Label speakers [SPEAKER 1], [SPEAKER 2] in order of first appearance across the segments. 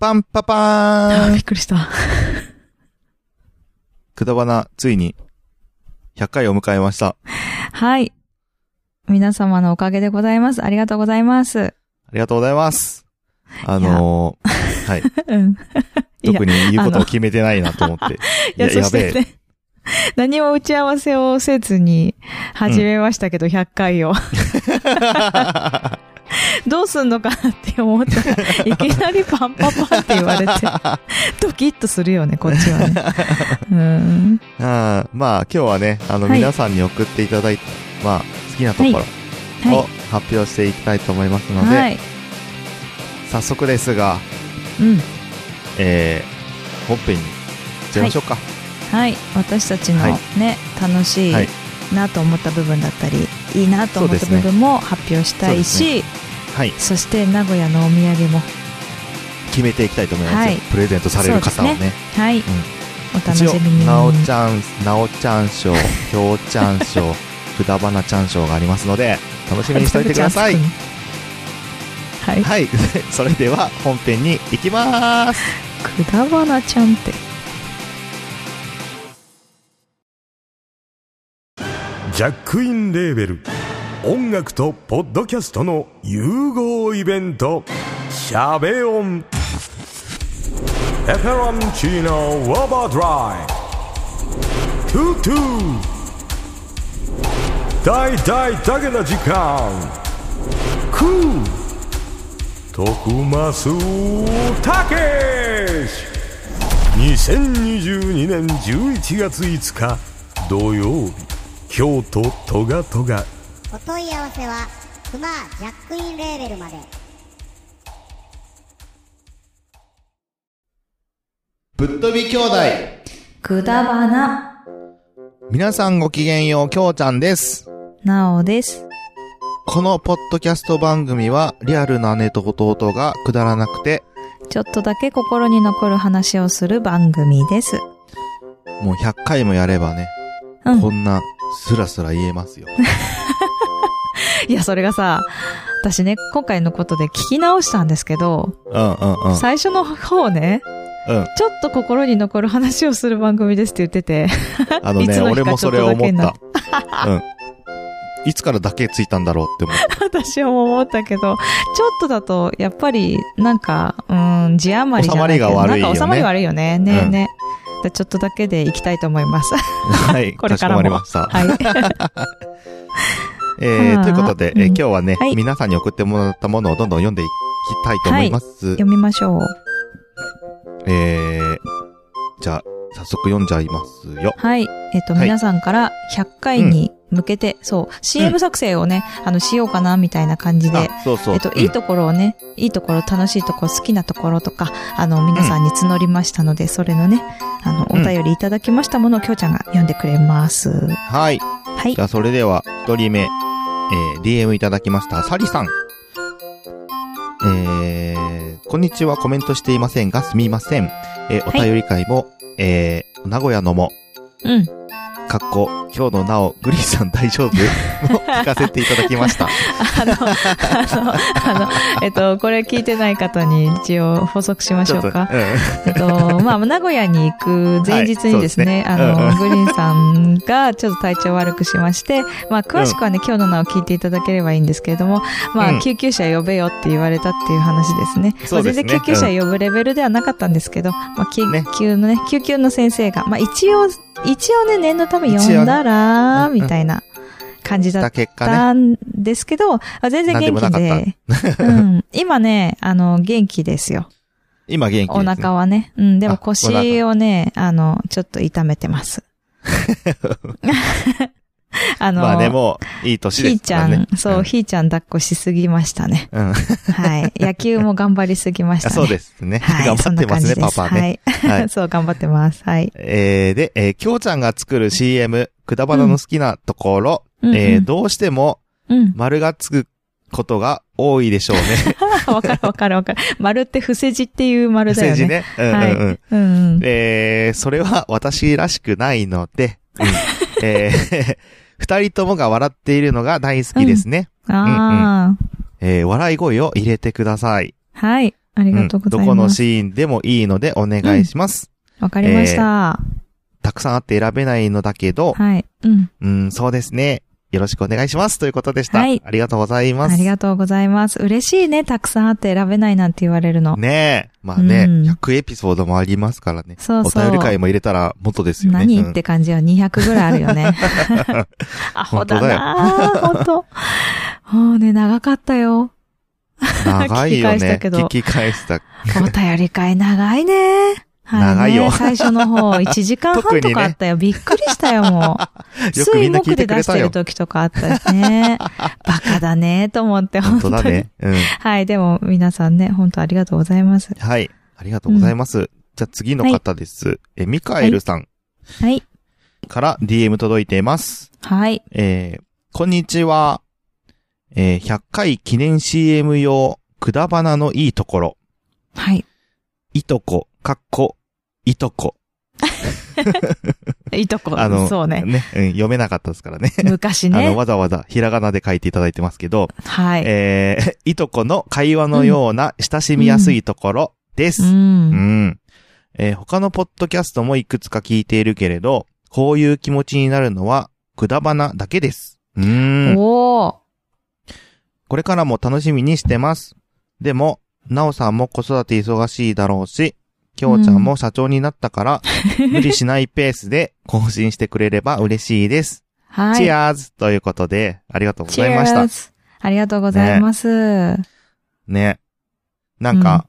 [SPEAKER 1] パンパパ
[SPEAKER 2] あー
[SPEAKER 1] ー
[SPEAKER 2] び
[SPEAKER 1] ン
[SPEAKER 2] っくりした。
[SPEAKER 1] くだばな、ついに、100回を迎えました。
[SPEAKER 2] はい。皆様のおかげでございます。ありがとうございます。
[SPEAKER 1] ありがとうございます。あのー、はい。
[SPEAKER 2] うん。いや
[SPEAKER 1] 特に言うこと
[SPEAKER 2] あ
[SPEAKER 1] を
[SPEAKER 2] の
[SPEAKER 1] 決めてないなと思って。
[SPEAKER 2] いや、そして
[SPEAKER 1] べえ。
[SPEAKER 2] ね、 何も打ち合わせをせずに始めましたけど、100回を。 どうすんのかなって思った ら、いきなりパンパパンって言われて、ドキッとするよね、こっちはね。 うん。
[SPEAKER 1] あーまあ、今日はね、あの、
[SPEAKER 2] はい
[SPEAKER 1] 皆さんに送っていただいた、まあ、好きなところ
[SPEAKER 2] は
[SPEAKER 1] を
[SPEAKER 2] は
[SPEAKER 1] 発表していきたいと思います
[SPEAKER 2] い。
[SPEAKER 1] ので、
[SPEAKER 2] はい。
[SPEAKER 1] 早速ですが、
[SPEAKER 2] うん。
[SPEAKER 1] えー、本編に行っちゃいましょうか。
[SPEAKER 2] はい。私たちの
[SPEAKER 1] はい
[SPEAKER 2] ね、楽しい
[SPEAKER 1] はい
[SPEAKER 2] なと思った部分だったり、いいなと思っ
[SPEAKER 1] そ
[SPEAKER 2] た
[SPEAKER 1] うですね
[SPEAKER 2] 部分も発表したい
[SPEAKER 1] そう
[SPEAKER 2] し、
[SPEAKER 1] はい。
[SPEAKER 2] そして名古屋のお土産も、
[SPEAKER 1] 決めていきたいと思いますよ。
[SPEAKER 2] はい
[SPEAKER 1] プレゼントされる方を
[SPEAKER 2] そうです
[SPEAKER 1] ね
[SPEAKER 2] はい。お楽し
[SPEAKER 1] 一応
[SPEAKER 2] みに。
[SPEAKER 1] なおちゃん、なおちゃん賞、ひょうちゃん 賞、くだばなちゃん賞がありますので、楽しみにしておいてください
[SPEAKER 2] ちゃん。はい。
[SPEAKER 1] はい。 それでは本編に行きまーす。
[SPEAKER 2] くだばなちゃんって。
[SPEAKER 3] ジャックインレーベル音楽とポッドキャストの融合イベント「シャベオン」「エフェロンチーノウォーバードライ」「トゥトゥ」「大大だけの時間」「クー」「徳マスたけし」2022年11月5日土曜日京都トガトガ
[SPEAKER 4] お問い合わせはクマジャックインレーベルまで
[SPEAKER 1] ぶっ飛び兄弟。
[SPEAKER 2] くだばな、
[SPEAKER 1] 皆さんごきげんよう、きょうちゃんです。
[SPEAKER 2] なおです。
[SPEAKER 1] このポッドキャスト番組は、リアルな姉と弟がくだらなくて、
[SPEAKER 2] ちょっとだけ心に残る話をする番組です。
[SPEAKER 1] もう100回もやればね、
[SPEAKER 2] うん
[SPEAKER 1] こ。んな、スラスラ言えます よ。
[SPEAKER 2] いや、それがさ、私ね、今回のことで聞き直したんですけど、
[SPEAKER 1] うんうんうん。
[SPEAKER 2] 最初の方ね、
[SPEAKER 1] うん。
[SPEAKER 2] ちょっと心に残る話をする番組ですって言ってて、
[SPEAKER 1] あのね、
[SPEAKER 2] いつの日か
[SPEAKER 1] 俺もそれを思っ
[SPEAKER 2] ちょ
[SPEAKER 1] た
[SPEAKER 2] っ。
[SPEAKER 1] うん。いつからだけついたんだろうって思った。
[SPEAKER 2] 私は思ったけど、ちょっとだと、やっぱり、なんか、うーん、字余りじゃないけど
[SPEAKER 1] 収まりが悪いよね
[SPEAKER 2] なんか収まり悪いよね。ねえ
[SPEAKER 1] うん
[SPEAKER 2] ねえ。でちょっとだけで行きたいと思います。
[SPEAKER 1] はい。
[SPEAKER 2] これからも
[SPEAKER 1] しこまりました。
[SPEAKER 2] はい。
[SPEAKER 1] えー、
[SPEAKER 2] あー
[SPEAKER 1] ということで、えー
[SPEAKER 2] うん
[SPEAKER 1] 今日はね、
[SPEAKER 2] はい
[SPEAKER 1] 皆さんに送ってもらったものをどんどん読んでいきたいと思います。
[SPEAKER 2] 読みましょう。
[SPEAKER 1] えー、じゃあ、早速読んじゃいますよ。
[SPEAKER 2] はい。えっ、と、
[SPEAKER 1] はい
[SPEAKER 2] 皆さんから100回に向けて、そう、CM 作成をね、あの、しようかな、みたいな感じで、
[SPEAKER 1] そうそう。
[SPEAKER 2] えっと、いいところをね、いいところ、楽しいところ、好きなところとか、あの、皆さんに募りましたので、それのね、あの、お
[SPEAKER 1] うん
[SPEAKER 2] 便りいただきましたものを、きょうちゃんが読んでくれます。は
[SPEAKER 1] うんはい。
[SPEAKER 2] い
[SPEAKER 1] じ。ゃあ、それでは、一人目、えー、DM いただきました、サリさん。えー、こんにちは、コメントしていませんが、すみません。えー、お
[SPEAKER 2] はい
[SPEAKER 1] 便り会も、えー、名古屋のも、
[SPEAKER 2] うん。
[SPEAKER 1] かっこ、今日のなお、グリーンさん大丈夫 も聞かせていただきました。
[SPEAKER 2] あの、あの、あの、えっと、これ聞いてない方に一応補足しましょうか。
[SPEAKER 1] ちょっとうん
[SPEAKER 2] えっと、まあ、名古屋に行く前日にですね、
[SPEAKER 1] はいそうですね
[SPEAKER 2] あの、
[SPEAKER 1] うん
[SPEAKER 2] グリーンさんがちょっと体調悪くしまして、まあ、詳しくはね、今日の名を聞いていただければいいんですけれども、まあ、
[SPEAKER 1] うん
[SPEAKER 2] 救急車呼べよって言われたっていう話ですね。
[SPEAKER 1] そうですね
[SPEAKER 2] まあ、全然救急車呼ぶレベルではなかったんですけど、まあ、救
[SPEAKER 1] ね
[SPEAKER 2] 急のね、救急の先生が、まあ、一応、一応ね、念のため呼んだら、
[SPEAKER 1] 一応ねうん
[SPEAKER 2] みたいな感じだっ
[SPEAKER 1] だ結果
[SPEAKER 2] だっ
[SPEAKER 1] ね。
[SPEAKER 2] たんですけど、あ全然元気
[SPEAKER 1] なんでも
[SPEAKER 2] で。うん、今ね、あの、元気ですよ。
[SPEAKER 1] 今元気です、
[SPEAKER 2] お
[SPEAKER 1] ね。
[SPEAKER 2] 腹はね。うん、で
[SPEAKER 1] あ
[SPEAKER 2] も腰をね、あの、ちょっと痛め てます。あの、
[SPEAKER 1] まあね、もう、いい年で
[SPEAKER 2] ひー
[SPEAKER 1] す
[SPEAKER 2] ち
[SPEAKER 1] から
[SPEAKER 2] ゃ
[SPEAKER 1] ね
[SPEAKER 2] ん。、そう、ひーちゃん抱っこしすぎましたね。
[SPEAKER 1] うん。うん。
[SPEAKER 2] はい。野球も頑張りすぎました
[SPEAKER 1] あ
[SPEAKER 2] ね。
[SPEAKER 1] そうですね。
[SPEAKER 2] はい。
[SPEAKER 1] 頑張ってますね、パ
[SPEAKER 2] そんな感じです
[SPEAKER 1] パね。
[SPEAKER 2] は。
[SPEAKER 1] はいい。
[SPEAKER 2] そう、頑張ってます。は い。
[SPEAKER 1] えー、で、えー、きょうちゃんが作る CM、くだばなの好きなところ、
[SPEAKER 2] うん
[SPEAKER 1] え
[SPEAKER 2] う
[SPEAKER 1] ー、
[SPEAKER 2] ん
[SPEAKER 1] どうしても、
[SPEAKER 2] うん。
[SPEAKER 1] 丸がつくことが多いでしょうね。
[SPEAKER 2] わかるわかるわかる。丸って伏せ字っていう丸だよ
[SPEAKER 1] 政治
[SPEAKER 2] ね。
[SPEAKER 1] ね。うんうんうん。
[SPEAKER 2] はい。うんうん。
[SPEAKER 1] えー、それは私らしくないので、 うんえー、 二人ともが笑っているのが大好きですね。
[SPEAKER 2] ああ。
[SPEAKER 1] えー、笑い声を入れてください。
[SPEAKER 2] はい。あり
[SPEAKER 1] う
[SPEAKER 2] が
[SPEAKER 1] ん、
[SPEAKER 2] と
[SPEAKER 1] ど
[SPEAKER 2] うござい
[SPEAKER 1] この
[SPEAKER 2] ます。
[SPEAKER 1] シーンでもいいのでお願いします。
[SPEAKER 2] わかりました。
[SPEAKER 1] たくさんあって選べないのだけど、
[SPEAKER 2] はい。うん。
[SPEAKER 1] うん、そうですね。よろしくお願いします。ということでした。
[SPEAKER 2] はい
[SPEAKER 1] ありがとうございま
[SPEAKER 2] あ
[SPEAKER 1] す。
[SPEAKER 2] りがとうございます。嬉しいね。たくさんあって選べないなんて言われるの。
[SPEAKER 1] ねえ。まあね、
[SPEAKER 2] うん
[SPEAKER 1] 100エピソードもありますからね。
[SPEAKER 2] そうそう
[SPEAKER 1] お便り会も入れたら元ですよね。
[SPEAKER 2] 何
[SPEAKER 1] うん
[SPEAKER 2] って感じは200ぐらいあるよね。 アホだなぁ、ほんと。もうね、長かったよ。
[SPEAKER 1] 長いよ
[SPEAKER 2] 聞き返した
[SPEAKER 1] ね。
[SPEAKER 2] けど
[SPEAKER 1] 聞き返した。
[SPEAKER 2] お便り会長いね。あれね
[SPEAKER 1] 長いよ
[SPEAKER 2] 最初 の方、1時間半とかあったよ。びっくりしたよ、もう。
[SPEAKER 1] よくみんな聞
[SPEAKER 2] 水
[SPEAKER 1] い
[SPEAKER 2] 木で
[SPEAKER 1] てく
[SPEAKER 2] 出
[SPEAKER 1] れ
[SPEAKER 2] したてる
[SPEAKER 1] よ。
[SPEAKER 2] 時とかあったよね。バカだね、と思って、
[SPEAKER 1] 本
[SPEAKER 2] 本当
[SPEAKER 1] 当
[SPEAKER 2] に。
[SPEAKER 1] だね。うん。
[SPEAKER 2] はい、でも皆さんね、本当ありがとうございます。
[SPEAKER 1] はい。ありがとうございます。じゃあ次の方です。え、ミカエルさん
[SPEAKER 2] はい。
[SPEAKER 1] から DM 届いています。
[SPEAKER 2] はい。
[SPEAKER 1] えーこんにちは。えー100回記念 CM 用、くだばなのいいところ、
[SPEAKER 2] はい。
[SPEAKER 1] いとこ、かっこ、いとこ。
[SPEAKER 2] いとこ
[SPEAKER 1] あの、、
[SPEAKER 2] そうね。
[SPEAKER 1] ね、うん、読めなかったですからね。
[SPEAKER 2] 昔
[SPEAKER 1] あの、
[SPEAKER 2] ね。
[SPEAKER 1] わざわざひらがなで書いていただいてますけど、
[SPEAKER 2] はい。
[SPEAKER 1] えーいとこの会話のような親しみやすいところです。
[SPEAKER 2] う。
[SPEAKER 1] うんん。えー他のポッドキャストもいくつか聞いているけれど、こういう気持ちになるのは、くだばなだけです。うん。
[SPEAKER 2] おー。
[SPEAKER 1] これからも楽しみにしてます。でも、なおさんも子育て忙しいだろうし、きょうちゃんも社長になったから、無理しないペースで 更新してくれれば嬉しいです。
[SPEAKER 2] はい。
[SPEAKER 1] チアーズということで、ありがとうございまし
[SPEAKER 2] Cheers
[SPEAKER 1] た。
[SPEAKER 2] ありがとうございます。
[SPEAKER 1] ね。なんか、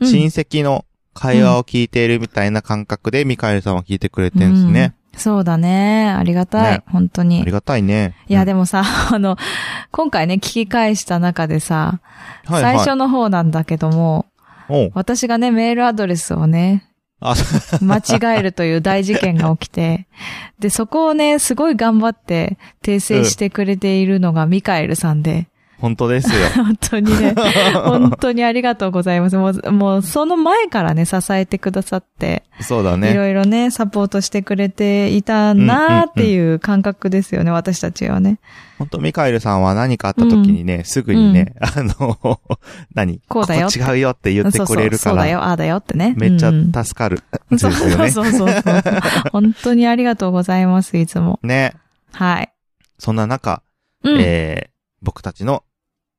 [SPEAKER 2] うん
[SPEAKER 1] 親戚の会話を聞いているみたいな感覚で、ミカエルさんは聞いてくれてるんですね。
[SPEAKER 2] うん。そうだね。ありがたい。
[SPEAKER 1] ね
[SPEAKER 2] 本当
[SPEAKER 1] あ
[SPEAKER 2] に
[SPEAKER 1] り。がたいね。
[SPEAKER 2] いや、で
[SPEAKER 1] も、
[SPEAKER 2] もさ、あの、今回ね、聞き返した中でさ、
[SPEAKER 1] はいはい、
[SPEAKER 2] 最初の方なんだけども、
[SPEAKER 1] おう
[SPEAKER 2] 私がね、メールアドレスをね、
[SPEAKER 1] あ、
[SPEAKER 2] 間違えるという大事件が起きて、で、そこをね、すごい頑張って訂正してくれているのがミカエルさんで、
[SPEAKER 1] 本当ですよ。
[SPEAKER 2] 本当 にね、本当にありがとうございます。もう、もうその前からね、支えてくださって、
[SPEAKER 1] そうだ
[SPEAKER 2] い
[SPEAKER 1] ね。
[SPEAKER 2] ろいろね、サポートしてくれていたなーっていう感覚ですよね、私たちはね。
[SPEAKER 1] 本当ミカエルさんは何かあった時にね、すぐにね、あの、 何
[SPEAKER 2] こうだよって
[SPEAKER 1] こ違うよって言ってくれるか
[SPEAKER 2] そうそうそうだ
[SPEAKER 1] ら、
[SPEAKER 2] よ、ああだよってね。
[SPEAKER 1] めっち
[SPEAKER 2] うんうん
[SPEAKER 1] ゃ助かる。です
[SPEAKER 2] そ
[SPEAKER 1] よ
[SPEAKER 2] うそう
[SPEAKER 1] ね。
[SPEAKER 2] そうそうそう。本当にありがとうございます、いつも。
[SPEAKER 1] ね。
[SPEAKER 2] はい。
[SPEAKER 1] そんな中、
[SPEAKER 2] うん。
[SPEAKER 1] えー僕たちの、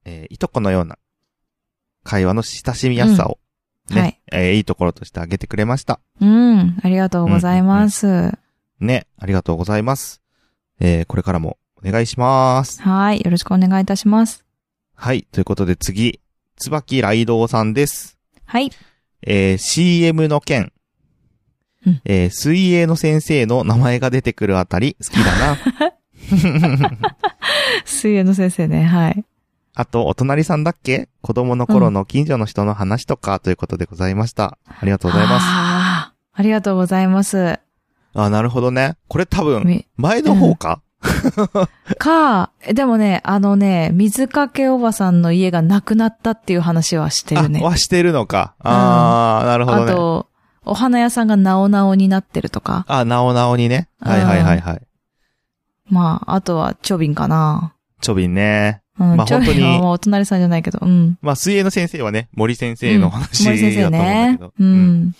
[SPEAKER 1] えーいとこのような会話の親しみやすさを、
[SPEAKER 2] うん
[SPEAKER 1] ね、
[SPEAKER 2] はい
[SPEAKER 1] えーいいところとしてあげてくれました。
[SPEAKER 2] うん。ありがとうございます。
[SPEAKER 1] ね、ありがとうございます。えーこれからもお願いします。
[SPEAKER 2] はい。よろしくお願いいたします。
[SPEAKER 1] はい、ということで次、椿雷道さんです。
[SPEAKER 2] はい。
[SPEAKER 1] えー CM の件。
[SPEAKER 2] うん
[SPEAKER 1] えー水泳の先生の名前が出てくるあたり好きだ な。
[SPEAKER 2] 水泳の先生ね、はい。
[SPEAKER 1] あと、お隣さんだっけ子供の頃の近所の人の話とかということでございました。ありがとうございます。
[SPEAKER 2] あーありがとうございます。
[SPEAKER 1] あ、なるほどね。これ多分、
[SPEAKER 2] み
[SPEAKER 1] 前の方か、
[SPEAKER 2] か、えでもね、あのね、水かけおばさんの家がなくなったっていう話はしてるね
[SPEAKER 1] あ、。はしてるのか。あー、なるほど
[SPEAKER 2] あ
[SPEAKER 1] ね。
[SPEAKER 2] と、お花屋さんがなおなおになってるとか。
[SPEAKER 1] あ、なおなおにね。はいはいはいはい。
[SPEAKER 2] まあ、あとは、チョビンかな。
[SPEAKER 1] ちょびんね。
[SPEAKER 2] うん、
[SPEAKER 1] まあ
[SPEAKER 2] チョビン
[SPEAKER 1] 本当に
[SPEAKER 2] はもうお隣さんじゃないけど、うん。
[SPEAKER 1] まあ、水泳の先生はね、森先生の話
[SPEAKER 2] うん
[SPEAKER 1] だ
[SPEAKER 2] 森
[SPEAKER 1] と思う
[SPEAKER 2] 先生
[SPEAKER 1] んだけ
[SPEAKER 2] ね
[SPEAKER 1] ど。。
[SPEAKER 2] う
[SPEAKER 1] うん
[SPEAKER 2] ん。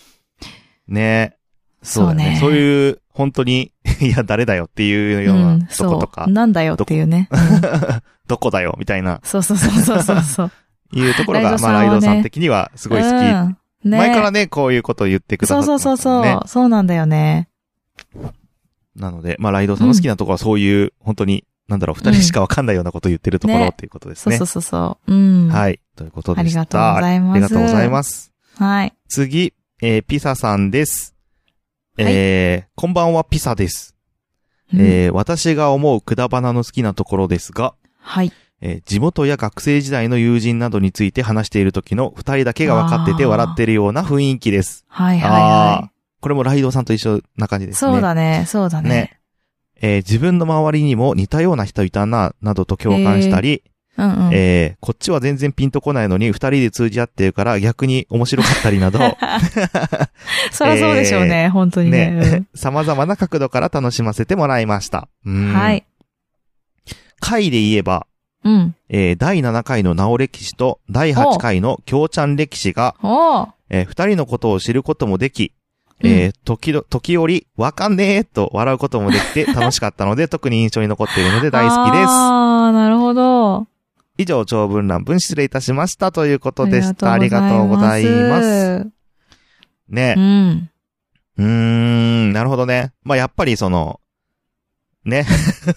[SPEAKER 1] ねそうだね。
[SPEAKER 2] そ
[SPEAKER 1] そう
[SPEAKER 2] ね
[SPEAKER 1] ういう、本当に、 いや、誰だよっていうよう
[SPEAKER 2] うん
[SPEAKER 1] なと
[SPEAKER 2] そ
[SPEAKER 1] ことか
[SPEAKER 2] う。、なんだよっていうね。うん
[SPEAKER 1] どこだよみたいな、
[SPEAKER 2] そうそうそうそうそうそう。
[SPEAKER 1] いうところ
[SPEAKER 2] ライド
[SPEAKER 1] が、
[SPEAKER 2] さ
[SPEAKER 1] ま
[SPEAKER 2] ん
[SPEAKER 1] あ、
[SPEAKER 2] は
[SPEAKER 1] ラ
[SPEAKER 2] ね
[SPEAKER 1] イドさん的にはすごい好き。
[SPEAKER 2] うんね
[SPEAKER 1] 前からね、こういうことを言ってくださ
[SPEAKER 2] そ
[SPEAKER 1] っ
[SPEAKER 2] う
[SPEAKER 1] て
[SPEAKER 2] そ
[SPEAKER 1] ま
[SPEAKER 2] う
[SPEAKER 1] すも
[SPEAKER 2] そ
[SPEAKER 1] ん
[SPEAKER 2] う
[SPEAKER 1] ね。
[SPEAKER 2] そう。そうなんだよね。
[SPEAKER 1] なので、まあ、ライドさんの好きなところはそういう、本当に、なんだろう、二人しかわかんないようなことを言ってるところ、
[SPEAKER 2] ね
[SPEAKER 1] っていうことです
[SPEAKER 2] そう
[SPEAKER 1] ね。
[SPEAKER 2] そうそうそう。うん。はい。
[SPEAKER 1] はい。ということでした。
[SPEAKER 2] ありがとうございま
[SPEAKER 1] あ
[SPEAKER 2] す
[SPEAKER 1] りがとうございます。次、えー、ピサさんです。えーこんばんは、ピサです。
[SPEAKER 2] うん
[SPEAKER 1] えー私が思うくだばなの好きなところですが、
[SPEAKER 2] はい。
[SPEAKER 1] えー地元や学生時代の友人などについて話している時の二人だけが分かってて
[SPEAKER 2] あー
[SPEAKER 1] 笑ってるような雰囲気です。
[SPEAKER 2] はいはい
[SPEAKER 1] あ
[SPEAKER 2] は
[SPEAKER 1] ーこれもライドさんと一緒な感じで
[SPEAKER 2] い。
[SPEAKER 1] すね。
[SPEAKER 2] そうだね、そうだね
[SPEAKER 1] ね。えー自分の周りにも似たような人いたな、などと共感したり、
[SPEAKER 2] うんうん。
[SPEAKER 1] えーこっちは全然ピンとこないのに二人で通じ合ってるから逆に面白かったり など、
[SPEAKER 2] そりゃそうでしょうね、本当にね
[SPEAKER 1] ね。、様々な角度から楽しませてもらいました。う
[SPEAKER 2] うん
[SPEAKER 1] ん
[SPEAKER 2] はい。。
[SPEAKER 1] 回で言えば、
[SPEAKER 2] うん。
[SPEAKER 1] えー第7回のなお歴史と第8回のきょうちゃん歴史が、
[SPEAKER 2] おー
[SPEAKER 1] えー二人のことを知ることもでき、えー時々、時折、わかんねえと笑うこともできて楽しかったので、 特に印象に残っているので大好きです。
[SPEAKER 2] ああ、なるほど。
[SPEAKER 1] 以上、長文乱文失礼いたしましたということでした。ありがとうございます。ね
[SPEAKER 2] う。ん。
[SPEAKER 1] うーん、なるほどね。まあ、やっぱりその、ね。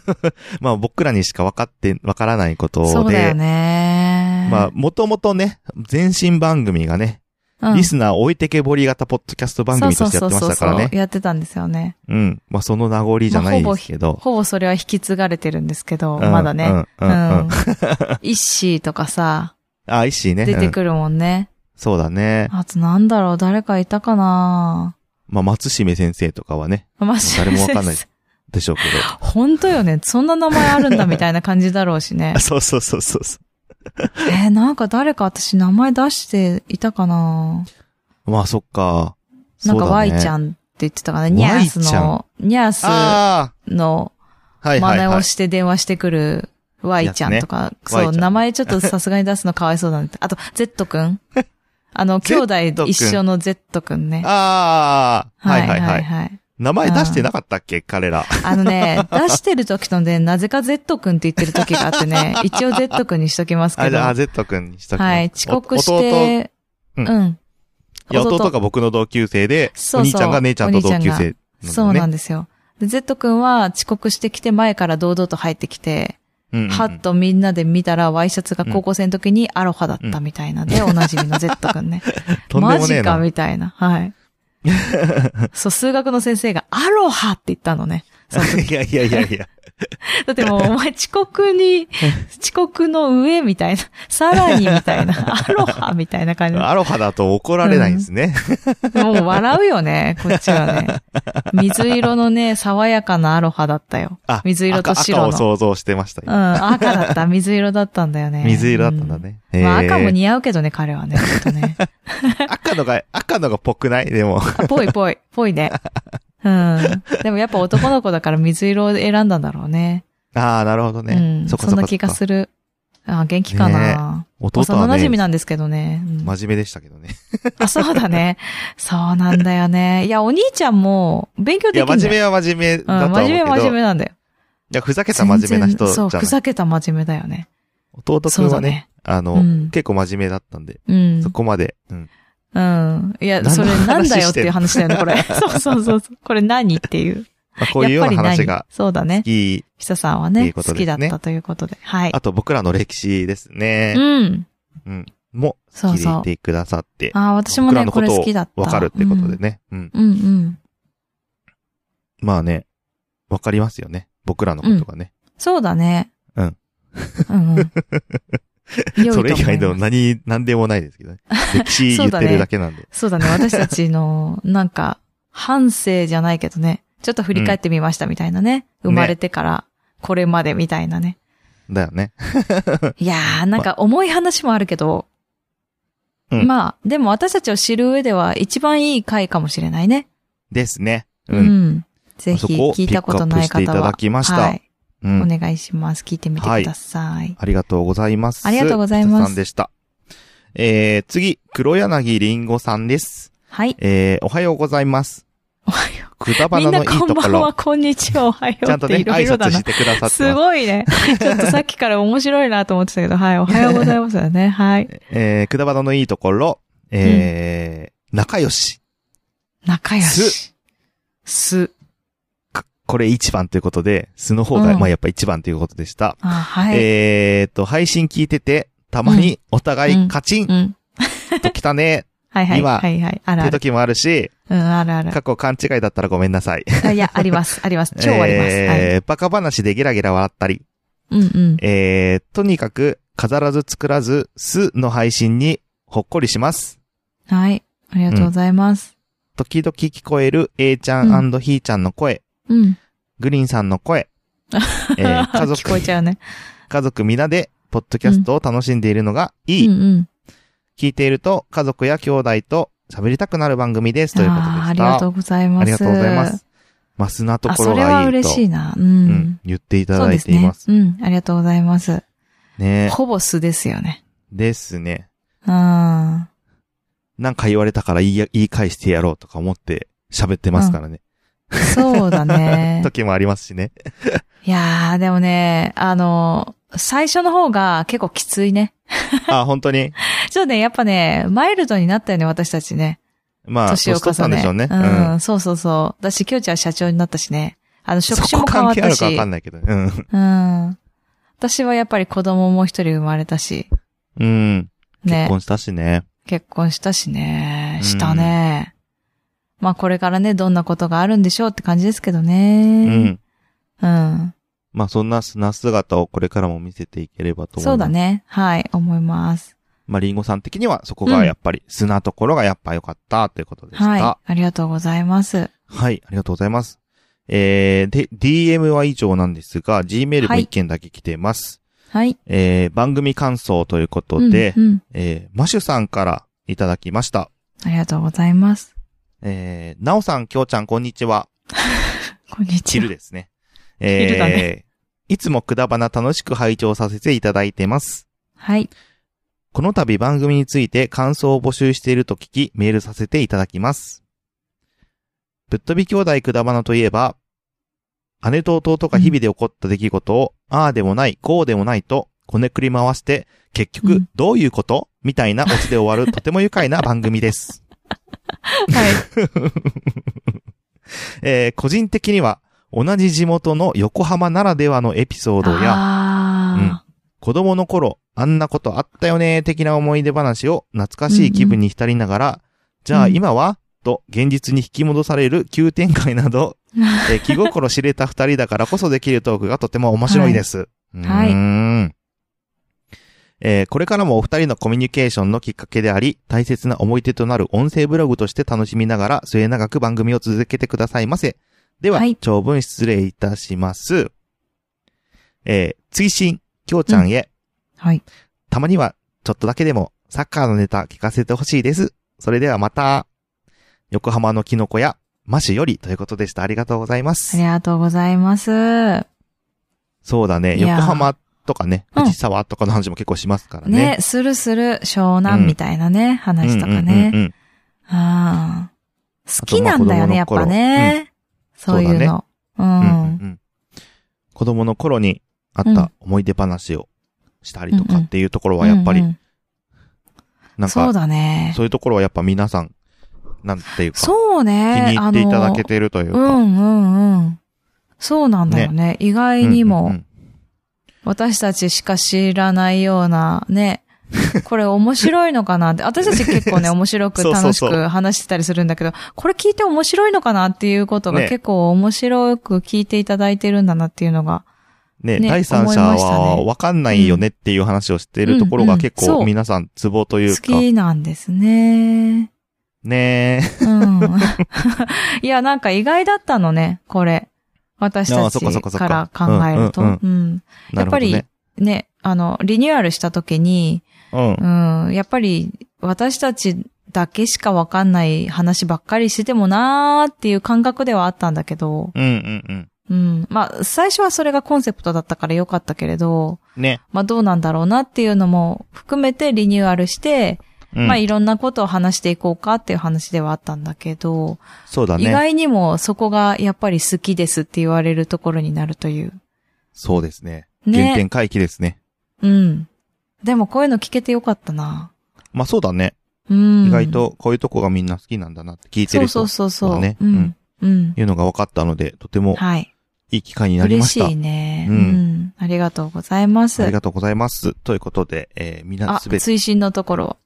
[SPEAKER 1] まあ、僕らにしか分かって、分からないことで。
[SPEAKER 2] そうだよね。
[SPEAKER 1] まあ、もともとね、前身番組がね、
[SPEAKER 2] あ
[SPEAKER 1] リスナー置いてけぼり型ポッドキャスト番組としてやってましたからね。
[SPEAKER 2] やってたんですよね。
[SPEAKER 1] うん。まあ、その名残じゃないですけど。
[SPEAKER 2] ほぼそれは引き継がれてるんですけど、
[SPEAKER 1] うん
[SPEAKER 2] まだね。。
[SPEAKER 1] うん、うん、うん。
[SPEAKER 2] イッシーとかさ、
[SPEAKER 1] あ、いいしね。
[SPEAKER 2] 出て
[SPEAKER 1] うん
[SPEAKER 2] くるもんね。
[SPEAKER 1] そうだね。
[SPEAKER 2] あとなんだろう、誰かいたかな
[SPEAKER 1] まあ、松島先生とかはね、
[SPEAKER 2] マジ
[SPEAKER 1] 誰もわかんないでしょうけ
[SPEAKER 2] 本当よね。そんな名前あるんだみたいな感じだろうしね
[SPEAKER 1] ど。。そうそうそうそうそ
[SPEAKER 2] えーなんか誰か私名前出していたかな
[SPEAKER 1] う。まあ、そっか。
[SPEAKER 2] な
[SPEAKER 1] そ
[SPEAKER 2] んか
[SPEAKER 1] うだ
[SPEAKER 2] Y
[SPEAKER 1] ね
[SPEAKER 2] ちゃんって言ってたかな。ニャース
[SPEAKER 1] Y ちゃ
[SPEAKER 2] の、ニャース
[SPEAKER 1] あ
[SPEAKER 2] の
[SPEAKER 1] あ、はいは
[SPEAKER 2] 真
[SPEAKER 1] い、
[SPEAKER 2] 似
[SPEAKER 1] は
[SPEAKER 2] を
[SPEAKER 1] い。
[SPEAKER 2] して電話してくる Y ちゃんとか、
[SPEAKER 1] つね
[SPEAKER 2] そう、
[SPEAKER 1] Y ちゃん
[SPEAKER 2] 名前ちょっとさすがに出すのかわいそうなんで。あと、Z く んあの、兄
[SPEAKER 1] Z
[SPEAKER 2] 弟一緒の Z くんね。
[SPEAKER 1] ああ、はいはいはい。
[SPEAKER 2] はい。
[SPEAKER 1] 名前出してなかったっけ彼ら。
[SPEAKER 2] あ のね、出してる時とね、なぜか Z くんって言ってる時があっ てね、一応 Z くんにしときますけ
[SPEAKER 1] あ、じ
[SPEAKER 2] ど。
[SPEAKER 1] ゃあ、
[SPEAKER 2] は
[SPEAKER 1] Z 君にしとく
[SPEAKER 2] い、遅刻し
[SPEAKER 1] 弟
[SPEAKER 2] て、
[SPEAKER 1] 弟う
[SPEAKER 2] うん。
[SPEAKER 1] いや、弟が僕の同級生で、
[SPEAKER 2] そうそう
[SPEAKER 1] お兄ちゃんが姉ちゃんと同級生、
[SPEAKER 2] そうなん
[SPEAKER 1] んだよね。
[SPEAKER 2] ですよ。で、Z くんは遅刻してきて前から堂々と入ってきて、
[SPEAKER 1] うんうんうん
[SPEAKER 2] はっとみんなで見たらワイシャツが高校生の時にアロハだったみたいなんで、おなじみの Z くんね。
[SPEAKER 1] とんで
[SPEAKER 2] マ
[SPEAKER 1] もね
[SPEAKER 2] ジ
[SPEAKER 1] え
[SPEAKER 2] か
[SPEAKER 1] な。
[SPEAKER 2] みたいな。 はい。そう、数学の先生がアロハって言ったのね。その時
[SPEAKER 1] いやいやいやいや。
[SPEAKER 2] だってもう、お前遅刻に、遅刻の上みたいな、さらに みたいな、アロハみたいな感じ
[SPEAKER 1] アロハだと怒られないんですね。
[SPEAKER 2] で。もう笑うよね、こっちは ね。水色のね、爽やかなアロハだったよ
[SPEAKER 1] あ。、
[SPEAKER 2] 水色と
[SPEAKER 1] 赤
[SPEAKER 2] 白
[SPEAKER 1] 赤を
[SPEAKER 2] の。
[SPEAKER 1] 想像してました
[SPEAKER 2] う
[SPEAKER 1] よ。
[SPEAKER 2] ん、赤だった、水色だったんだよね。
[SPEAKER 1] 水色だったんだね。
[SPEAKER 2] うん。まあ
[SPEAKER 1] へえ
[SPEAKER 2] 赤も似合うけどね、彼はね、ちょっとね。
[SPEAKER 1] 赤のが、赤のがぽくないでも。
[SPEAKER 2] あぽいぽい、ぽいね。うん。でもやっぱ男の子だから水色を選んだんだろうね。
[SPEAKER 1] ああ、なるほど
[SPEAKER 2] う
[SPEAKER 1] ね。
[SPEAKER 2] ん。
[SPEAKER 1] そっか
[SPEAKER 2] そん
[SPEAKER 1] そっ
[SPEAKER 2] な
[SPEAKER 1] か。
[SPEAKER 2] 気がする。あ、元気かな。
[SPEAKER 1] 弟
[SPEAKER 2] 幼
[SPEAKER 1] は
[SPEAKER 2] 馴染み
[SPEAKER 1] ね、
[SPEAKER 2] なんですけどね。うん
[SPEAKER 1] 真面目でしたけどね。
[SPEAKER 2] あ、そうだね。そうなんだよね。いや、お兄ちゃんも勉強
[SPEAKER 1] い
[SPEAKER 2] で
[SPEAKER 1] や、
[SPEAKER 2] きるん
[SPEAKER 1] 真
[SPEAKER 2] だ
[SPEAKER 1] 面目
[SPEAKER 2] よ。
[SPEAKER 1] は真面目だとは
[SPEAKER 2] うん、
[SPEAKER 1] 思う
[SPEAKER 2] 真
[SPEAKER 1] けど。
[SPEAKER 2] 面目真面目
[SPEAKER 1] い
[SPEAKER 2] なんだよ。
[SPEAKER 1] や、ふざけた真面目な人
[SPEAKER 2] 全然
[SPEAKER 1] じ
[SPEAKER 2] そ
[SPEAKER 1] ゃ
[SPEAKER 2] う、ふ
[SPEAKER 1] ない。
[SPEAKER 2] ざけた真面目だよね。
[SPEAKER 1] 弟く
[SPEAKER 2] そ
[SPEAKER 1] ん
[SPEAKER 2] う
[SPEAKER 1] は
[SPEAKER 2] だ
[SPEAKER 1] ね、
[SPEAKER 2] ね。
[SPEAKER 1] あの、
[SPEAKER 2] うん
[SPEAKER 1] 結構真面目だったんで、
[SPEAKER 2] うん
[SPEAKER 1] そ。こまで。うん
[SPEAKER 2] うん。いや、
[SPEAKER 1] 何の
[SPEAKER 2] それなんだよ
[SPEAKER 1] 話し
[SPEAKER 2] って
[SPEAKER 1] ん
[SPEAKER 2] ていう
[SPEAKER 1] の
[SPEAKER 2] 話だよね、これ。 そうそうそうそう。これ何っていう。
[SPEAKER 1] まあこういうような話
[SPEAKER 2] やっぱり
[SPEAKER 1] が
[SPEAKER 2] 何そうだ
[SPEAKER 1] 好
[SPEAKER 2] ね。
[SPEAKER 1] き。
[SPEAKER 2] ひささんは
[SPEAKER 1] ってい
[SPEAKER 2] ね、
[SPEAKER 1] うこ
[SPEAKER 2] 好
[SPEAKER 1] とです
[SPEAKER 2] き
[SPEAKER 1] ね
[SPEAKER 2] だったということで。はい。
[SPEAKER 1] あと僕らの歴史ですね。
[SPEAKER 2] うん。
[SPEAKER 1] うん。も、
[SPEAKER 2] そう
[SPEAKER 1] 聞
[SPEAKER 2] そう
[SPEAKER 1] い。てくださって。
[SPEAKER 2] ああ、私も
[SPEAKER 1] 僕ら
[SPEAKER 2] ね、
[SPEAKER 1] の
[SPEAKER 2] こ
[SPEAKER 1] こ
[SPEAKER 2] れ
[SPEAKER 1] と
[SPEAKER 2] 好
[SPEAKER 1] を
[SPEAKER 2] きだった。
[SPEAKER 1] わかるってことでね。うん。
[SPEAKER 2] うん。うんうん。
[SPEAKER 1] まあね、わかりますよね。僕らのことがね。
[SPEAKER 2] そうだね。
[SPEAKER 1] うん。
[SPEAKER 2] うんうん。良いと思います
[SPEAKER 1] それ以外の何、何でもないですけ どね。歴史言
[SPEAKER 2] そ
[SPEAKER 1] っ
[SPEAKER 2] うだ
[SPEAKER 1] て
[SPEAKER 2] ね
[SPEAKER 1] るだけなんで。
[SPEAKER 2] そうだね。私た ちの、なんか、反省じゃないけどね。ちょっと振り返ってみましたみたいなね。
[SPEAKER 1] うん
[SPEAKER 2] 生まれてから、これまでみたいなね。
[SPEAKER 1] だよね。
[SPEAKER 2] いやー、なんか重い話もあるけど。
[SPEAKER 1] うん
[SPEAKER 2] まあ、でも私たちを知る上では一番いい回かもしれないね。
[SPEAKER 1] ですね。
[SPEAKER 2] う。
[SPEAKER 1] うんん。
[SPEAKER 2] ぜひ、
[SPEAKER 1] そこを
[SPEAKER 2] 聞いたことない
[SPEAKER 1] ピックアッ
[SPEAKER 2] 方
[SPEAKER 1] プしていた
[SPEAKER 2] は。
[SPEAKER 1] だきました
[SPEAKER 2] はい。
[SPEAKER 1] うん
[SPEAKER 2] お願いします。聞いてみてください。
[SPEAKER 1] ありがとうございます。
[SPEAKER 2] ありがとうございます
[SPEAKER 1] 北さんでした。えー、次、黒柳りんごさんです。
[SPEAKER 2] はい。
[SPEAKER 1] えー、おはようございます。
[SPEAKER 2] おはよ
[SPEAKER 1] くだ
[SPEAKER 2] う。
[SPEAKER 1] ば
[SPEAKER 2] み
[SPEAKER 1] なんのい
[SPEAKER 2] ない
[SPEAKER 1] と
[SPEAKER 2] こんば
[SPEAKER 1] こ
[SPEAKER 2] ん
[SPEAKER 1] ろ
[SPEAKER 2] は、。こんにちは、おはよ
[SPEAKER 1] ち
[SPEAKER 2] う
[SPEAKER 1] ゃん
[SPEAKER 2] っ
[SPEAKER 1] と
[SPEAKER 2] て
[SPEAKER 1] ね、
[SPEAKER 2] いろい
[SPEAKER 1] 挨
[SPEAKER 2] ろだ
[SPEAKER 1] 拶
[SPEAKER 2] な
[SPEAKER 1] し。てくださってます。
[SPEAKER 2] すごい ね。ちょっとさっきから面白いなと思ってたけど、はい、おはようございます よね。はい。
[SPEAKER 1] えー、くだばなのいいところ、えー、仲良し。
[SPEAKER 2] 仲良し。す。
[SPEAKER 1] かこれ一番ということで、素の方が、
[SPEAKER 2] うん
[SPEAKER 1] まあやっぱ一番ということでした。
[SPEAKER 2] あ、はい。
[SPEAKER 1] えーっと、配信聞いてて、たまにお互いカチン
[SPEAKER 2] うん。
[SPEAKER 1] と来た ね、
[SPEAKER 2] はいはい。
[SPEAKER 1] 今
[SPEAKER 2] はいはい。あ
[SPEAKER 1] っ
[SPEAKER 2] る
[SPEAKER 1] てい
[SPEAKER 2] あ
[SPEAKER 1] う
[SPEAKER 2] る。
[SPEAKER 1] 時もあるし、
[SPEAKER 2] うん、あるある
[SPEAKER 1] 過去勘違いだったらごめんなさい。
[SPEAKER 2] あ。いや、あります。あります。超あります。はい。
[SPEAKER 1] えー、バカ話でゲラゲラ笑ったり、
[SPEAKER 2] うんうん。
[SPEAKER 1] えー、とにかく飾らず作らず、素の配信にほっこりします。
[SPEAKER 2] はい。ありがとうございます。
[SPEAKER 1] 時々聞こえる A ちゃ
[SPEAKER 2] うん
[SPEAKER 1] ひーちゃんの声、
[SPEAKER 2] うん。
[SPEAKER 1] グリーンさんの 声、えー家
[SPEAKER 2] 聞こえ
[SPEAKER 1] 族、
[SPEAKER 2] ちゃうね。
[SPEAKER 1] 家族皆で、ポッドキャストを楽しんでいるのがいい。
[SPEAKER 2] うんうん。
[SPEAKER 1] 聞いていると家族や兄弟と喋りたくなる番組ですということでした。
[SPEAKER 2] あーありがとうございます。
[SPEAKER 1] ありがとうございます。。マスなと
[SPEAKER 2] あ、
[SPEAKER 1] こ
[SPEAKER 2] そ
[SPEAKER 1] ろ
[SPEAKER 2] れ
[SPEAKER 1] が
[SPEAKER 2] はい
[SPEAKER 1] いと。
[SPEAKER 2] 嬉しいな。う
[SPEAKER 1] うんん。。言っていた
[SPEAKER 2] そう
[SPEAKER 1] だ
[SPEAKER 2] で
[SPEAKER 1] い
[SPEAKER 2] す
[SPEAKER 1] てい
[SPEAKER 2] ね
[SPEAKER 1] ます。。
[SPEAKER 2] うん。ありがとうございます。
[SPEAKER 1] ね
[SPEAKER 2] ほぼ素ですよ ね。
[SPEAKER 1] ですね。
[SPEAKER 2] あ
[SPEAKER 1] なんか言われたから言いや言い返してやろうとか思って喋ってますからね。
[SPEAKER 2] あ、そう だね。
[SPEAKER 1] 時もありますし ね。
[SPEAKER 2] いやー、でもね、あの、最初の方が結構きついね。
[SPEAKER 1] あ、本当に。
[SPEAKER 2] ちょっとね、やっぱね、マイルドになったよね、私たちね。
[SPEAKER 1] まあ、
[SPEAKER 2] 年を
[SPEAKER 1] 取った
[SPEAKER 2] 重
[SPEAKER 1] ん
[SPEAKER 2] ね。
[SPEAKER 1] でしょうね。
[SPEAKER 2] うん、。そうそうそう。だし、きょうちゃん社長になったしね。あの、職
[SPEAKER 1] そ
[SPEAKER 2] 種
[SPEAKER 1] こ
[SPEAKER 2] も変わ
[SPEAKER 1] 関
[SPEAKER 2] っ
[SPEAKER 1] 係あ
[SPEAKER 2] た
[SPEAKER 1] るかわ
[SPEAKER 2] し
[SPEAKER 1] か。んないけど。うん。
[SPEAKER 2] うん。私はやっぱり子供も一人生まれたし。
[SPEAKER 1] うん。結
[SPEAKER 2] ね。
[SPEAKER 1] 婚したしね。
[SPEAKER 2] 結婚したしね。
[SPEAKER 1] うん
[SPEAKER 2] したね。まあこれからね、どんなことがあるんでしょうって感じですけどね。
[SPEAKER 1] うん。
[SPEAKER 2] うん。
[SPEAKER 1] まあ、そんな素な姿をこれからも見せていければと思います。
[SPEAKER 2] そうだ。ね。はい、思います。
[SPEAKER 1] まあ、リンゴさん的にはそこがやっぱり、素なところがやっぱ良かったということでした。
[SPEAKER 2] はい。ありがとうございます。
[SPEAKER 1] はい、ありがとうございます。えー、で、DM は以上なんですが、Gmail も
[SPEAKER 2] はい
[SPEAKER 1] 1件だけ来てます。
[SPEAKER 2] はい。
[SPEAKER 1] えー、番組感想ということで、
[SPEAKER 2] うんうん。
[SPEAKER 1] えー、マシュさんからいただきました。
[SPEAKER 2] ありがとうございます。
[SPEAKER 1] えー、なおさん、きょうちゃん、こんにちは。
[SPEAKER 2] こんにち
[SPEAKER 1] チ
[SPEAKER 2] は
[SPEAKER 1] ル。ですね。え
[SPEAKER 2] 昼だね
[SPEAKER 1] いつもくだばな楽しく拝聴させていただいてます。
[SPEAKER 2] はい。
[SPEAKER 1] この度番組について感想を募集していると聞き、メールさせていただきます。ぶっ飛び兄弟くだばなといえば、姉と弟が日々で起こった出来事を、ああでもない、こうでもないと、こねくり回して、結
[SPEAKER 2] う
[SPEAKER 1] 局
[SPEAKER 2] ん、
[SPEAKER 1] どういうこと、みたいなオチで終わる、とても愉快な番組です。
[SPEAKER 2] はい。
[SPEAKER 1] えー個人的には、同じ地元の横浜ならではのエピソードや、
[SPEAKER 2] あ
[SPEAKER 1] 子供の頃、あんなことあったよね、的な思い出話を懐かしい気分に浸りながら、じゃあ
[SPEAKER 2] うん
[SPEAKER 1] 今はと現実に引き戻される急展開な ど、えー気心知れた二人だからこそできるトークがとても面白いです。う
[SPEAKER 2] はい
[SPEAKER 1] ーんえーこれからもお二人のコミュニケーションのきっかけであり、大切な思い出となる音声ブログとして楽しみながら末永く番組を続けてくださいませ。では、
[SPEAKER 2] はい
[SPEAKER 1] 長文失礼いたします。えー追伸、きょうちゃんへ、
[SPEAKER 2] あ。はい。
[SPEAKER 1] たまには、ちょっとだけでも、サッカーのネタ聞かせてほしいです。それではまた、横浜のキノコや、マシよりということでした。ありがとうございま
[SPEAKER 2] あ
[SPEAKER 1] す
[SPEAKER 2] り。がとうございます。ね
[SPEAKER 1] そうだね。
[SPEAKER 2] いやー
[SPEAKER 1] 横浜とかね、
[SPEAKER 2] うん
[SPEAKER 1] 藤沢とかの話も結構しますからね。
[SPEAKER 2] するする、湘南みたいなね、
[SPEAKER 1] うん
[SPEAKER 2] 話と
[SPEAKER 1] うんう
[SPEAKER 2] か
[SPEAKER 1] ん
[SPEAKER 2] ね
[SPEAKER 1] う。ん
[SPEAKER 2] ああ。
[SPEAKER 1] と
[SPEAKER 2] 好きなんだよね、
[SPEAKER 1] ま
[SPEAKER 2] や
[SPEAKER 1] あ
[SPEAKER 2] っ
[SPEAKER 1] 子供の頃
[SPEAKER 2] ぱね。そういうの。う。
[SPEAKER 1] うんうんうんん子供の頃にあった思い出話をしたりとかっていうところはやっぱり
[SPEAKER 2] うん、うん
[SPEAKER 1] なん
[SPEAKER 2] そう
[SPEAKER 1] か、
[SPEAKER 2] だね。
[SPEAKER 1] そういうところはやっぱ皆さん、なんていうか、気
[SPEAKER 2] そうね。
[SPEAKER 1] に入
[SPEAKER 2] あ
[SPEAKER 1] って
[SPEAKER 2] の
[SPEAKER 1] いただけてるという
[SPEAKER 2] う
[SPEAKER 1] か。
[SPEAKER 2] んうんうん。そうなんだよね。意外に
[SPEAKER 1] うんう
[SPEAKER 2] も
[SPEAKER 1] ん、
[SPEAKER 2] 私たちしか知らないような、ね。これ面白いのかなって。私たち結構ね、面白く
[SPEAKER 1] そうそう
[SPEAKER 2] 楽し
[SPEAKER 1] そう
[SPEAKER 2] く話してたりするんだけど、これ聞いて面白いのかなっていうことが
[SPEAKER 1] ね
[SPEAKER 2] 結構面白く聞いていただいてるんだなっていうのが。
[SPEAKER 1] ね、
[SPEAKER 2] ね
[SPEAKER 1] 第三者
[SPEAKER 2] 思いました
[SPEAKER 1] は
[SPEAKER 2] ね
[SPEAKER 1] わかんないよねっていう話をしてるところ
[SPEAKER 2] うん
[SPEAKER 1] が
[SPEAKER 2] うん
[SPEAKER 1] 結
[SPEAKER 2] そ
[SPEAKER 1] 構
[SPEAKER 2] う
[SPEAKER 1] 皆さんツボという
[SPEAKER 2] 好
[SPEAKER 1] か、
[SPEAKER 2] きなんですね。
[SPEAKER 1] ね
[SPEAKER 2] うん。 いや、なんか意外だったのね、これ。私
[SPEAKER 1] ああそ
[SPEAKER 2] た
[SPEAKER 1] っかそっ
[SPEAKER 2] ち
[SPEAKER 1] かそっ
[SPEAKER 2] か
[SPEAKER 1] から
[SPEAKER 2] 考えると。
[SPEAKER 1] う
[SPEAKER 2] うんん
[SPEAKER 1] え、なるほどね。
[SPEAKER 2] ね、あの、リニューアルした時に、
[SPEAKER 1] うん
[SPEAKER 2] う。ん、やっぱり私たちだけしかわかんない話ばっかりしててもなーっていう感覚ではあったんだけど、
[SPEAKER 1] うんうんうん。
[SPEAKER 2] うん。まあ、最初はそれがコンセプトだったからよかったけれど、
[SPEAKER 1] ね。
[SPEAKER 2] まあどうなんだろうなっていうのも含めてリニューアルして、
[SPEAKER 1] うん
[SPEAKER 2] まあいろんなことを話していこうかっていう話ではあったんだけど、
[SPEAKER 1] そうだ
[SPEAKER 2] 意
[SPEAKER 1] ね。
[SPEAKER 2] 外にもそこがやっぱり好きですって言われるところになるという。
[SPEAKER 1] そうですね。
[SPEAKER 2] ね
[SPEAKER 1] 原点回帰ですね。
[SPEAKER 2] うん。でもこういうの聞けてよかったな。
[SPEAKER 1] まあそうだね。
[SPEAKER 2] うん。
[SPEAKER 1] 意外とこういうとこがみんな好きなんだなって聞いて
[SPEAKER 2] そ
[SPEAKER 1] る
[SPEAKER 2] うそ
[SPEAKER 1] と
[SPEAKER 2] うそうそう。
[SPEAKER 1] ね
[SPEAKER 2] う
[SPEAKER 1] うん
[SPEAKER 2] ん。うん。
[SPEAKER 1] いうのが分かったので、とても
[SPEAKER 2] はい。
[SPEAKER 1] いい機会になりま
[SPEAKER 2] 嬉
[SPEAKER 1] した。
[SPEAKER 2] しいね。
[SPEAKER 1] う
[SPEAKER 2] うんん。ありがとうございます。
[SPEAKER 1] ありがとうございます。ということで、えー、みんな
[SPEAKER 2] あ、
[SPEAKER 1] すべて、
[SPEAKER 2] 推進のところ。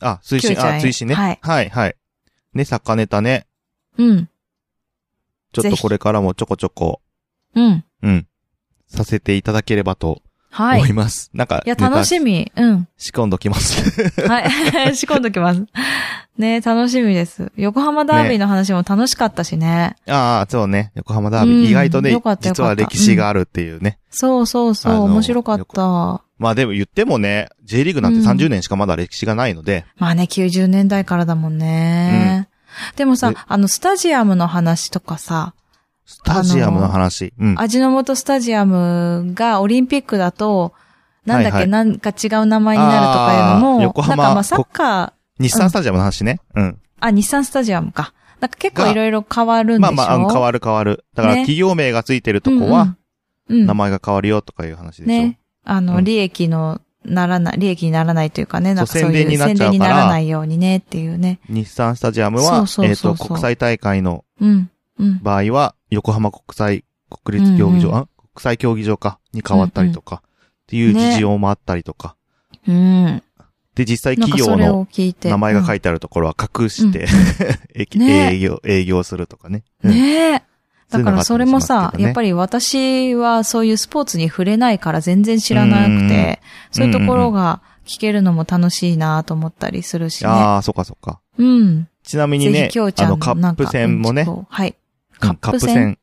[SPEAKER 1] あ、推進、
[SPEAKER 2] キューちゃん
[SPEAKER 1] あ、
[SPEAKER 2] へ
[SPEAKER 1] 推進ね。
[SPEAKER 2] はい
[SPEAKER 1] はい、はい。ね、作家ネタね。
[SPEAKER 2] うん。
[SPEAKER 1] ちょっ
[SPEAKER 2] ぜ
[SPEAKER 1] と
[SPEAKER 2] ひ
[SPEAKER 1] これからもちょこちょこ、
[SPEAKER 2] うん。
[SPEAKER 1] うん、させていただければと
[SPEAKER 2] はい。
[SPEAKER 1] 思い
[SPEAKER 2] い
[SPEAKER 1] ます。なんか、
[SPEAKER 2] や、
[SPEAKER 1] ネタ
[SPEAKER 2] 楽しみ。うん。
[SPEAKER 1] 仕込んどきます。
[SPEAKER 2] はい。 仕込んどきます。ね楽しみです。横浜ダービーの話も楽しかったしね。
[SPEAKER 1] ああ、そうね。横浜ダービー。
[SPEAKER 2] うん
[SPEAKER 1] 意外とね
[SPEAKER 2] よかったよ
[SPEAKER 1] 実
[SPEAKER 2] か
[SPEAKER 1] は
[SPEAKER 2] った
[SPEAKER 1] 歴史があるっていうね。
[SPEAKER 2] そうそうそ
[SPEAKER 1] あ
[SPEAKER 2] う、
[SPEAKER 1] の
[SPEAKER 2] 面白かった。
[SPEAKER 1] まあでも言ってもね、J リーグなんて
[SPEAKER 2] うん
[SPEAKER 1] 30年しかまだ歴史がないので、
[SPEAKER 2] まあね、90年代からだもんね。でもさ
[SPEAKER 1] で、
[SPEAKER 2] あの、スタジアムの話とかさ、
[SPEAKER 1] スタジアムの話。うん。
[SPEAKER 2] 味の素スタジアムがオリンピックだと、なんだっけ、
[SPEAKER 1] はいはい
[SPEAKER 2] なんか違う名前になるとかいうの
[SPEAKER 1] あー
[SPEAKER 2] も、
[SPEAKER 1] 横浜
[SPEAKER 2] なんかまあサッカ
[SPEAKER 1] 日産スタジアムの話ね。うん。
[SPEAKER 2] ー、あ、日産スタジアムか。なんか結構
[SPEAKER 1] が
[SPEAKER 2] いろいろ変わるんで
[SPEAKER 1] ま
[SPEAKER 2] し
[SPEAKER 1] あ
[SPEAKER 2] ょ
[SPEAKER 1] まあ、うん変
[SPEAKER 2] る
[SPEAKER 1] わる変わる。だから
[SPEAKER 2] ね
[SPEAKER 1] 企業名がついてるとこは、、
[SPEAKER 2] うんうん
[SPEAKER 1] 名前が変わるよとかいう話でしょ。
[SPEAKER 2] ね。あの、
[SPEAKER 1] うん
[SPEAKER 2] 利益の、ならない、利益にならないというかね、なんか
[SPEAKER 1] そう
[SPEAKER 2] そういう
[SPEAKER 1] 宣伝になっちゃうから
[SPEAKER 2] 宣伝にならないようにねっていうね。
[SPEAKER 1] 日産スタジアム
[SPEAKER 2] そ
[SPEAKER 1] は
[SPEAKER 2] う、そう
[SPEAKER 1] えっ
[SPEAKER 2] そ
[SPEAKER 1] と、
[SPEAKER 2] うそう
[SPEAKER 1] 国際大会の
[SPEAKER 2] うん。うん。
[SPEAKER 1] 場合は、横浜国際国立競技場、
[SPEAKER 2] うんうん
[SPEAKER 1] あ国際競技場か、に変わったりとか、っていう
[SPEAKER 2] ね
[SPEAKER 1] 事情もあったりとか。
[SPEAKER 2] うん。
[SPEAKER 1] で、実際
[SPEAKER 2] なんか
[SPEAKER 1] 企業
[SPEAKER 2] それ
[SPEAKER 1] の
[SPEAKER 2] を聞いて。
[SPEAKER 1] 名前が書
[SPEAKER 2] い
[SPEAKER 1] いてあるところは隠して、 駅
[SPEAKER 2] ね
[SPEAKER 1] 営業、営業するとかね。
[SPEAKER 2] て
[SPEAKER 1] うん
[SPEAKER 2] ねえ。だからそれもさ、やっぱ
[SPEAKER 1] り、
[SPEAKER 2] り私はそういうスポーツに触れないから全然知らなくて、そういうところが聞けるのも楽しいなと思ったりするしね。
[SPEAKER 1] ああ、そっかそっか。
[SPEAKER 2] うん。
[SPEAKER 1] ちなみに
[SPEAKER 2] ぜ
[SPEAKER 1] ね
[SPEAKER 2] ひ、きょうち
[SPEAKER 1] あ
[SPEAKER 2] ゃ
[SPEAKER 1] の、
[SPEAKER 2] ん
[SPEAKER 1] カ
[SPEAKER 2] のな
[SPEAKER 1] ッ
[SPEAKER 2] んか
[SPEAKER 1] プ戦もね、
[SPEAKER 2] うんはい。
[SPEAKER 1] う
[SPEAKER 2] カ
[SPEAKER 1] んカ
[SPEAKER 2] ッ
[SPEAKER 1] ッ
[SPEAKER 2] プ
[SPEAKER 1] プ
[SPEAKER 2] 戦。
[SPEAKER 1] 戦。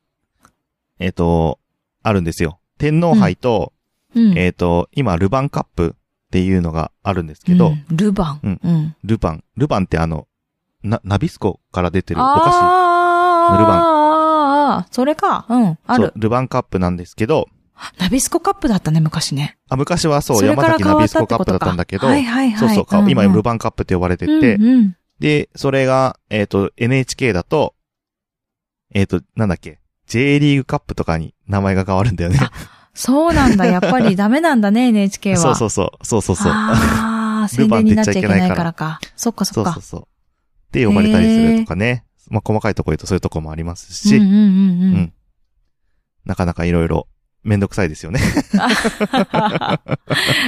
[SPEAKER 1] えっ、と、あるんですよ。天皇杯と、
[SPEAKER 2] うん。
[SPEAKER 1] えっ、と、今、ルヴァンカップっていうのがあるんですけど、
[SPEAKER 2] うんルバン。
[SPEAKER 1] う
[SPEAKER 2] うん。
[SPEAKER 1] ルヴァン、ルヴァンってあの、な、ナビスコから出てるお菓子。
[SPEAKER 2] あー
[SPEAKER 1] のルバン
[SPEAKER 2] あーあーあーそれか。うん。あ
[SPEAKER 1] そう
[SPEAKER 2] る。
[SPEAKER 1] ルヴァンカップなんですけど、
[SPEAKER 2] ナビスコカップだったね、昔ね。
[SPEAKER 1] あ、昔はそう、
[SPEAKER 2] れ
[SPEAKER 1] 山
[SPEAKER 2] から
[SPEAKER 1] 崎
[SPEAKER 2] 変
[SPEAKER 1] ナ
[SPEAKER 2] わ
[SPEAKER 1] ビ
[SPEAKER 2] っ
[SPEAKER 1] ス
[SPEAKER 2] た
[SPEAKER 1] コ
[SPEAKER 2] っ
[SPEAKER 1] カ
[SPEAKER 2] て
[SPEAKER 1] ッ
[SPEAKER 2] こ
[SPEAKER 1] プだ
[SPEAKER 2] と
[SPEAKER 1] ったんだけど、
[SPEAKER 2] はいはいはい。
[SPEAKER 1] そうそう、か今、ルヴ
[SPEAKER 2] バ
[SPEAKER 1] ァンカップって呼ばれてて、
[SPEAKER 2] うんうん
[SPEAKER 1] で、それが、えっ、と、NHK だと、えっ、と、なんだっけ、J リーグカップとかに名前が変わるんだよね。
[SPEAKER 2] そうなんだ、やっぱりダメなんだね、NHK は。
[SPEAKER 1] そうそううそう、そうそうそう。
[SPEAKER 2] ああ、宣
[SPEAKER 1] ルバン
[SPEAKER 2] 伝
[SPEAKER 1] って言
[SPEAKER 2] にな
[SPEAKER 1] っ
[SPEAKER 2] っ
[SPEAKER 1] ちゃ
[SPEAKER 2] ちゃ
[SPEAKER 1] い
[SPEAKER 2] い
[SPEAKER 1] け
[SPEAKER 2] け
[SPEAKER 1] ないから
[SPEAKER 2] ないからか。そっかそ
[SPEAKER 1] そ
[SPEAKER 2] っ
[SPEAKER 1] う
[SPEAKER 2] か。
[SPEAKER 1] そうそう。って呼ばれたりするとかね。まあ、細かいとこ言うとそういうとこもありますし、
[SPEAKER 2] うんうんうんう
[SPEAKER 1] うんん。なかなかいろいろめんどくさいですよね。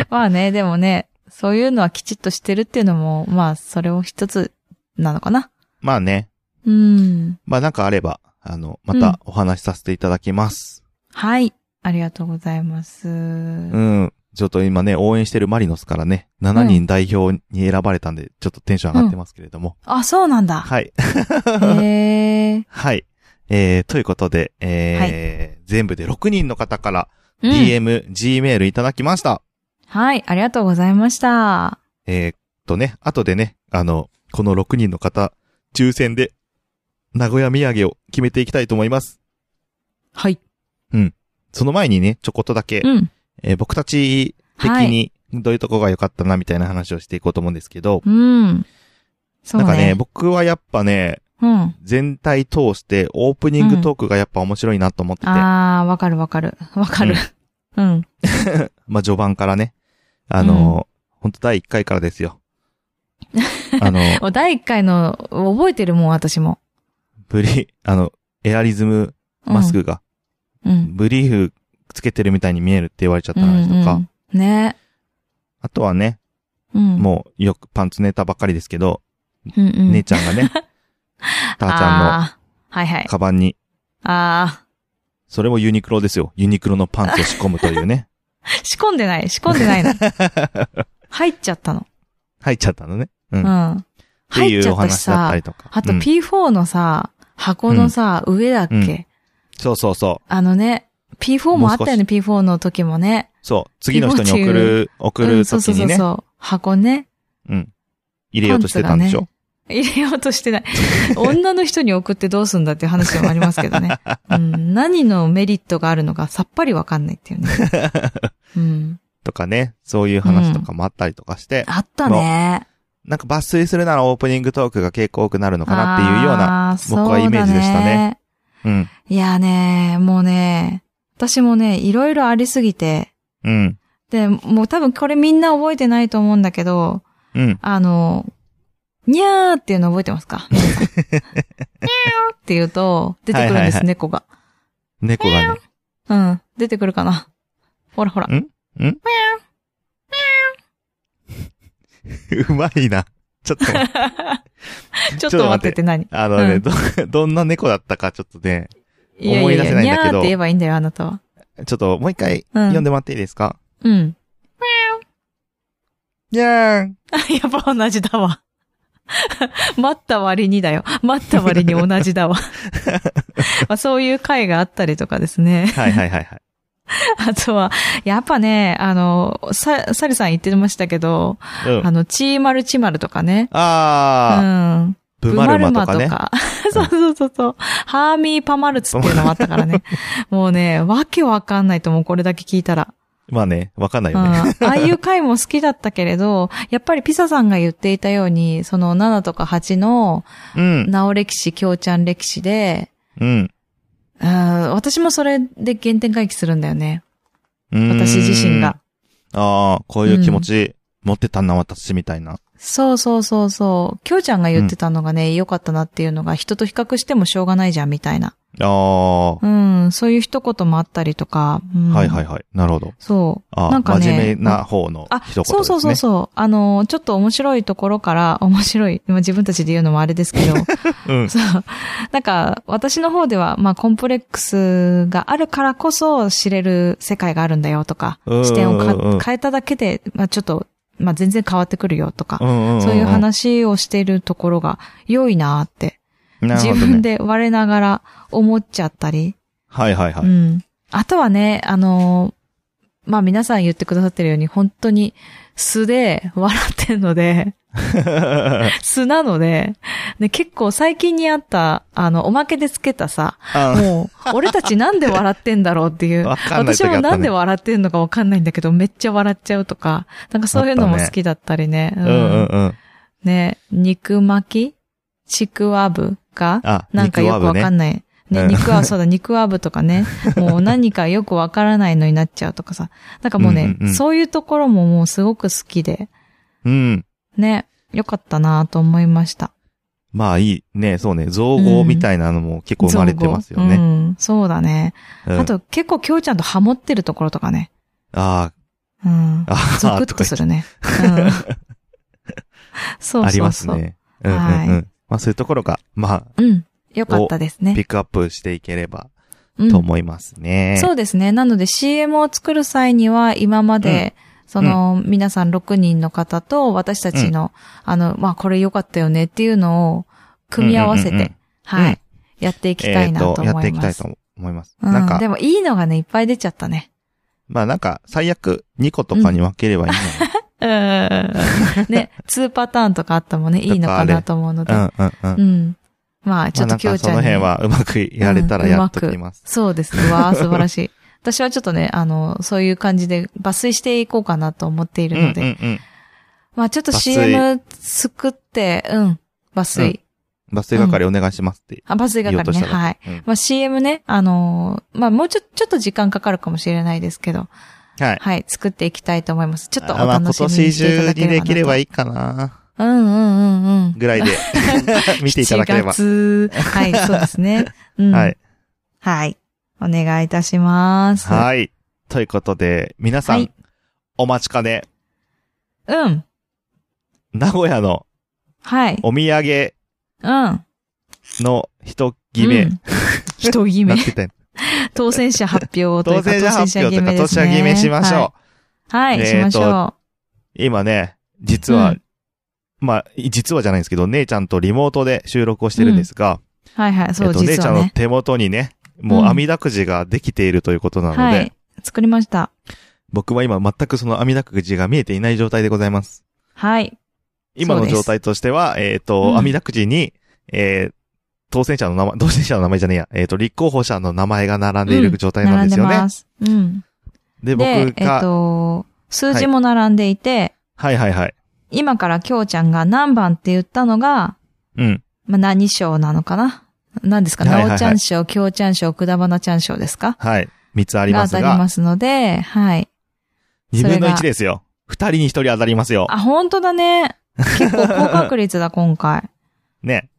[SPEAKER 2] まあね、でもね、そういうのはきちっとしてるっていうのも、まあ、それを一つなのかな。
[SPEAKER 1] まあね。
[SPEAKER 2] うん。
[SPEAKER 1] まあなんかあれば、あの、またお話しさせていただきます。
[SPEAKER 2] はい。ありがとうございます。
[SPEAKER 1] うん。ちょっと今ね、応援してるマリノスからね、7人代表に選ばれたんで、ちょっとテンション上がってますけれども。
[SPEAKER 2] あ、そうなんだ。
[SPEAKER 1] はい。
[SPEAKER 2] へえ。
[SPEAKER 1] はい。えー、ということで、えー全部で6人の方から
[SPEAKER 2] うん
[SPEAKER 1] DM、G メールいただきました。
[SPEAKER 2] はい、ありがとうございました。
[SPEAKER 1] えーっとね、後でね、あの、この6人の方、抽選で、名古屋土産を決めていきたいと思います。
[SPEAKER 2] はい。
[SPEAKER 1] その前にね、ちょこっとだけ、
[SPEAKER 2] うん。
[SPEAKER 1] えー僕たち的に、どういうとこが良かったな、みたいな話をしていこうと思うんですけど、
[SPEAKER 2] うん。そう
[SPEAKER 1] な
[SPEAKER 2] ね。
[SPEAKER 1] んかね、僕はやっぱね、
[SPEAKER 2] うん。
[SPEAKER 1] 全体通してオープニングトークがやっぱ面白いなと思ってて、
[SPEAKER 2] あー、わかるわかる。わかる。うん。
[SPEAKER 1] まあ、序盤からね、あのー、ほんと第1回からですよ。あ の、
[SPEAKER 2] もう第1回の、覚えてるもん、私も。
[SPEAKER 1] ブリ、あの、エアリズム
[SPEAKER 2] うん
[SPEAKER 1] マス。クが、
[SPEAKER 2] うん。
[SPEAKER 1] ブリーフつけてるみたいに見えるって言われちゃった話とか、
[SPEAKER 2] うんうんね。
[SPEAKER 1] あとはね、
[SPEAKER 2] うん。
[SPEAKER 1] もうよくパンツネタばっかりですけど、
[SPEAKER 2] う、うんうん。
[SPEAKER 1] 姉ちゃんが ね、ターちゃんの
[SPEAKER 2] あーはいはい。
[SPEAKER 1] カバンに、
[SPEAKER 2] あ
[SPEAKER 1] それもユニクロですよ。ユニクロのパンツを仕込むというね。
[SPEAKER 2] ー、仕込んでない、仕込んでないの。入っちゃったの。
[SPEAKER 1] 入っちゃったのね。うん。っ
[SPEAKER 2] うん。
[SPEAKER 1] て
[SPEAKER 2] 入
[SPEAKER 1] い
[SPEAKER 2] っち
[SPEAKER 1] う
[SPEAKER 2] ゃ
[SPEAKER 1] お
[SPEAKER 2] ったし
[SPEAKER 1] 話だった
[SPEAKER 2] さ
[SPEAKER 1] り、とか。
[SPEAKER 2] あと
[SPEAKER 1] うん
[SPEAKER 2] P4 のさ、箱のさ、上だっ
[SPEAKER 1] うん
[SPEAKER 2] け
[SPEAKER 1] そうそうそう。
[SPEAKER 2] あのね、P4 もあったよね、P4 の時もね。
[SPEAKER 1] そう。次の人に送る、送
[SPEAKER 2] う
[SPEAKER 1] る
[SPEAKER 2] んそう
[SPEAKER 1] 時
[SPEAKER 2] そう
[SPEAKER 1] に
[SPEAKER 2] そう
[SPEAKER 1] ね、
[SPEAKER 2] そう。箱ね。
[SPEAKER 1] うん。入れようとしてたんでしょ、
[SPEAKER 2] 入れようとし てない。女の人に送ってどうすんだっていう話でもありますけどね。うん、何のメリットがあるのかさっぱりわかんないっ ていうね。うん。
[SPEAKER 1] とかね、そういう話とかもあったりとかして、
[SPEAKER 2] あったね。
[SPEAKER 1] なんか抜粋するならオープニングトークが結構多くなるのかなっていうような、
[SPEAKER 2] な
[SPEAKER 1] 僕はイメージでしたね。うん、
[SPEAKER 2] いやね、もうね、私もね、いろいろありすぎて、
[SPEAKER 1] うん、
[SPEAKER 2] で、もう多分これみんな覚えてないと思うんだけど、
[SPEAKER 1] うん。
[SPEAKER 2] あの、にゃーっていうの覚えてま すかにゃーって言うと、出てくるん
[SPEAKER 1] はいはい
[SPEAKER 2] で
[SPEAKER 1] は
[SPEAKER 2] す、
[SPEAKER 1] い
[SPEAKER 2] 猫が。
[SPEAKER 1] 猫がね、
[SPEAKER 2] うん、出てくるかな。ほらほら。
[SPEAKER 1] うまいな。ちょ っと待って、
[SPEAKER 2] ちょっと待ってって何
[SPEAKER 1] あのね、
[SPEAKER 2] うん
[SPEAKER 1] ど、 どんな猫だったかちょっとね、
[SPEAKER 2] いや
[SPEAKER 1] 思い
[SPEAKER 2] い
[SPEAKER 1] 出せ
[SPEAKER 2] やい
[SPEAKER 1] な
[SPEAKER 2] や、
[SPEAKER 1] いんだ
[SPEAKER 2] に
[SPEAKER 1] けど
[SPEAKER 2] ゃーって言えばいいんだよ、あなたは。
[SPEAKER 1] ちょっともう一回
[SPEAKER 2] うん
[SPEAKER 1] 読んでもらっていいですか、
[SPEAKER 2] うん。
[SPEAKER 1] にゃーん。
[SPEAKER 2] あやっぱ同じだわ。 待った割にだよ。待った割に同 じだわ。まあそういう回があったりとかですね。
[SPEAKER 1] はいはいはいはい。
[SPEAKER 2] あとは、やっぱね、あの、さ、サリさん言ってましたけど、
[SPEAKER 1] うん
[SPEAKER 2] あ。の、チーマルチマルとかね。う
[SPEAKER 1] あー、
[SPEAKER 2] ん。
[SPEAKER 1] ブマルマとかね
[SPEAKER 2] ブ。マルマとかそうそうそうそう。ハ ーミーパマルツっていうのもあったからね。もうね、わけわかんないと思う、これだけ聞いたら。
[SPEAKER 1] まあね、わかんない
[SPEAKER 2] うん
[SPEAKER 1] よね。
[SPEAKER 2] ああいう回も好きだったけれど、やっぱりピサさんが言っていたように、その7とか8の、
[SPEAKER 1] うん。
[SPEAKER 2] なお歴史、きょうちゃん歴史で、
[SPEAKER 1] うん。
[SPEAKER 2] うん私もそれで原点回帰するんだよね。
[SPEAKER 1] うん
[SPEAKER 2] 私自身が。。
[SPEAKER 1] ああ、こういう気持ち持ってたな、私みたいな。
[SPEAKER 2] そうそうそうそう。きょうちゃんが言ってたのがね、良かったなっていうのが、人と比較してもしょうがないじゃん、みたいな。
[SPEAKER 1] あ
[SPEAKER 2] うん、そういう一言もあったりとか。うん
[SPEAKER 1] あ、はいはいはい。なるほど。
[SPEAKER 2] そう。
[SPEAKER 1] あ
[SPEAKER 2] な
[SPEAKER 1] あ、
[SPEAKER 2] んかね
[SPEAKER 1] 真面目な方の
[SPEAKER 2] あ、
[SPEAKER 1] 一言ですね。
[SPEAKER 2] そうそうそうそう。あの、ちょっと面白いところから、面白い。今自分たちで言うのもあれですけど、
[SPEAKER 1] うん。
[SPEAKER 2] そう。なんか、私の方では、まあ、コンプレックスがあるからこそ知れる世界があるんだよとか、
[SPEAKER 1] うんうんうん
[SPEAKER 2] 視点をか変えただけで、まあ、ちょっと、まあ、全然変わってくるよとか、
[SPEAKER 1] んんんん
[SPEAKER 2] そういう。話をしているところが良いなーって、
[SPEAKER 1] なるほ
[SPEAKER 2] 自
[SPEAKER 1] どね
[SPEAKER 2] 分。で我ながら思っちゃったり、
[SPEAKER 1] はいはいは
[SPEAKER 2] う
[SPEAKER 1] い。
[SPEAKER 2] ん。あとはね、あのーまあ、皆さん言ってくださってるように、本当に素で笑ってん ので、素なので、で、結構最近にあった、あの、おまけでつけたさ、
[SPEAKER 1] あ
[SPEAKER 2] もう、俺たちなんで笑ってんだろうっていう。
[SPEAKER 1] わかんない
[SPEAKER 2] 私
[SPEAKER 1] 時あったね
[SPEAKER 2] もなんで笑ってんのかわかんないんだけど、めっちゃ笑っちゃうとか、なんかそういうのも好きだったりね。
[SPEAKER 1] うんうん
[SPEAKER 2] うん
[SPEAKER 1] うん。
[SPEAKER 2] ね、肉巻きちくわぶが
[SPEAKER 1] あ、
[SPEAKER 2] なんかよくわかんない。
[SPEAKER 1] 肉わぶね
[SPEAKER 2] ね、
[SPEAKER 1] うん
[SPEAKER 2] 肉 は、そうだ、肉あぶとかね。もう何かよくわからないのになっちゃうとかさ。なんかもうね、
[SPEAKER 1] うんうんうん
[SPEAKER 2] そういうところももうすごく好きで、
[SPEAKER 1] うん。
[SPEAKER 2] ね、よかったなと思いました。
[SPEAKER 1] まあいい。ね、そうね。造語みたいなのも結構生まれてますよ
[SPEAKER 2] 造
[SPEAKER 1] ね。
[SPEAKER 2] 語うん、そうだね。
[SPEAKER 1] うん
[SPEAKER 2] あ、と結構きょうちゃんとハモってるところとかね。
[SPEAKER 1] あ
[SPEAKER 2] うん
[SPEAKER 1] あ、。あ
[SPEAKER 2] ゾクッとするね。うん。そうそうそう。
[SPEAKER 1] あります。ね。うんうん
[SPEAKER 2] はい
[SPEAKER 1] うん。まあそういうところが、ま
[SPEAKER 2] うん。よかったです
[SPEAKER 1] あ、ピ
[SPEAKER 2] ね。
[SPEAKER 1] ックアップしていければ
[SPEAKER 2] うん
[SPEAKER 1] と思いますね。
[SPEAKER 2] そうですね。なので CM を作る際には今まで、その、皆さん6人の方と私たちの、あの、まあ、これ良かったよねっていうのを組み合わせて、
[SPEAKER 1] うんうんうんうん
[SPEAKER 2] は
[SPEAKER 1] う
[SPEAKER 2] い、
[SPEAKER 1] ん
[SPEAKER 2] やっていきたいなと思います。
[SPEAKER 1] えーやっていきたいと思います。
[SPEAKER 2] うん、
[SPEAKER 1] なんか
[SPEAKER 2] で、もいいのがね、いっぱい出ちゃったね。
[SPEAKER 1] まあなんか、最悪2個とかに分ければいい
[SPEAKER 2] うん。 ね、2パターンとかあったも んね、いいのかなと思うので。
[SPEAKER 1] の。うんうんう。
[SPEAKER 2] うんん。まあ、ちょっ
[SPEAKER 1] まあなん
[SPEAKER 2] ときょ
[SPEAKER 1] か
[SPEAKER 2] うち
[SPEAKER 1] そ
[SPEAKER 2] ゃん
[SPEAKER 1] の
[SPEAKER 2] に、
[SPEAKER 1] 辺はうまくやれたらやっときます
[SPEAKER 2] うんうまく。そうですね。わあ、素晴ら しい。私はちょっとね、あの、そういう感じで抜粋していこうかなと思っていうる
[SPEAKER 1] んうん
[SPEAKER 2] の
[SPEAKER 1] う
[SPEAKER 2] で。
[SPEAKER 1] ん。
[SPEAKER 2] まあちょっと
[SPEAKER 1] 抜粋
[SPEAKER 2] CM 作って、うん、抜粋。
[SPEAKER 1] うんバス停係お願いしますって
[SPEAKER 2] あ、抜粋
[SPEAKER 1] 言おう
[SPEAKER 2] 係
[SPEAKER 1] とした
[SPEAKER 2] ね。
[SPEAKER 1] ら。
[SPEAKER 2] はい。
[SPEAKER 1] うん
[SPEAKER 2] まあ CM ね、あのーまあもうちょ、ちょっと時間かかるかもしれないですけど、
[SPEAKER 1] はい。
[SPEAKER 2] はい、作っていきたいと思います。ちょっとお
[SPEAKER 1] あまあ
[SPEAKER 2] 楽
[SPEAKER 1] 今
[SPEAKER 2] しみに
[SPEAKER 1] 年
[SPEAKER 2] していた
[SPEAKER 1] 中
[SPEAKER 2] だけ
[SPEAKER 1] に
[SPEAKER 2] ればなと。
[SPEAKER 1] できれば
[SPEAKER 2] いい。
[SPEAKER 1] いいかな
[SPEAKER 2] うんうんうんうん。
[SPEAKER 1] ぐらい で見ていただければ。
[SPEAKER 2] 7月。は い、そうですね。うん。
[SPEAKER 1] はい。。
[SPEAKER 2] はい。お願いいたします。
[SPEAKER 1] はい。ということで、皆さ
[SPEAKER 2] は
[SPEAKER 1] ん
[SPEAKER 2] い、
[SPEAKER 1] お待ちかね、
[SPEAKER 2] うん。
[SPEAKER 1] 名古屋の
[SPEAKER 2] はい。
[SPEAKER 1] お土産
[SPEAKER 2] うん。
[SPEAKER 1] の人決め、
[SPEAKER 2] うん人決
[SPEAKER 1] な
[SPEAKER 2] め
[SPEAKER 1] っ。てたよ
[SPEAKER 2] 当選者発表と
[SPEAKER 1] 当
[SPEAKER 2] いうか
[SPEAKER 1] 選者発表というか、当
[SPEAKER 2] ですね
[SPEAKER 1] 選者決めしましょう。
[SPEAKER 2] はい、はいしまし
[SPEAKER 1] えー
[SPEAKER 2] ょう。
[SPEAKER 1] 今ね、実は、
[SPEAKER 2] うん
[SPEAKER 1] まあ、実はじゃないんですけど、姉ちゃんとリモートで収録をしてるんですが、
[SPEAKER 2] はいはい、そ
[SPEAKER 1] えっ
[SPEAKER 2] う、
[SPEAKER 1] と、姉
[SPEAKER 2] 実
[SPEAKER 1] ちゃ
[SPEAKER 2] は
[SPEAKER 1] んの
[SPEAKER 2] ね。
[SPEAKER 1] 手元にね、もう
[SPEAKER 2] うん
[SPEAKER 1] 網だくじができているということなので、
[SPEAKER 2] はい。作りました。
[SPEAKER 1] 僕は今全くその網だくじが見えていない状態でございます。
[SPEAKER 2] はい。
[SPEAKER 1] 今
[SPEAKER 2] そう
[SPEAKER 1] の
[SPEAKER 2] です
[SPEAKER 1] 状態としては、えっ、と、
[SPEAKER 2] うん
[SPEAKER 1] 網だくじに、えー、当選者の名前、 当選者の名前じゃねえや、えっ、と、立候補者の名前が並んでいる状態なんですよね。
[SPEAKER 2] 並んでます。うん。
[SPEAKER 1] で、僕
[SPEAKER 2] で、え
[SPEAKER 1] が、
[SPEAKER 2] っと、数字も並んでいて、
[SPEAKER 1] はいはいはい。
[SPEAKER 2] 今からきょうちゃんが何番って言ったのが、
[SPEAKER 1] うん。
[SPEAKER 2] まあ、何賞なのかな何ですか
[SPEAKER 1] はいはいはい
[SPEAKER 2] なおちゃん賞、きょうちゃん賞、くだばなちゃん賞ですか
[SPEAKER 1] はい。三つあり
[SPEAKER 2] が
[SPEAKER 1] ま
[SPEAKER 2] 当
[SPEAKER 1] す
[SPEAKER 2] たりま
[SPEAKER 1] が、
[SPEAKER 2] すので、はい。
[SPEAKER 1] 二分の
[SPEAKER 2] それ
[SPEAKER 1] 一
[SPEAKER 2] が
[SPEAKER 1] ですよ。二人に一人当たりますよ。
[SPEAKER 2] あ、本当だね。結構高確率だ、今回。
[SPEAKER 1] ね。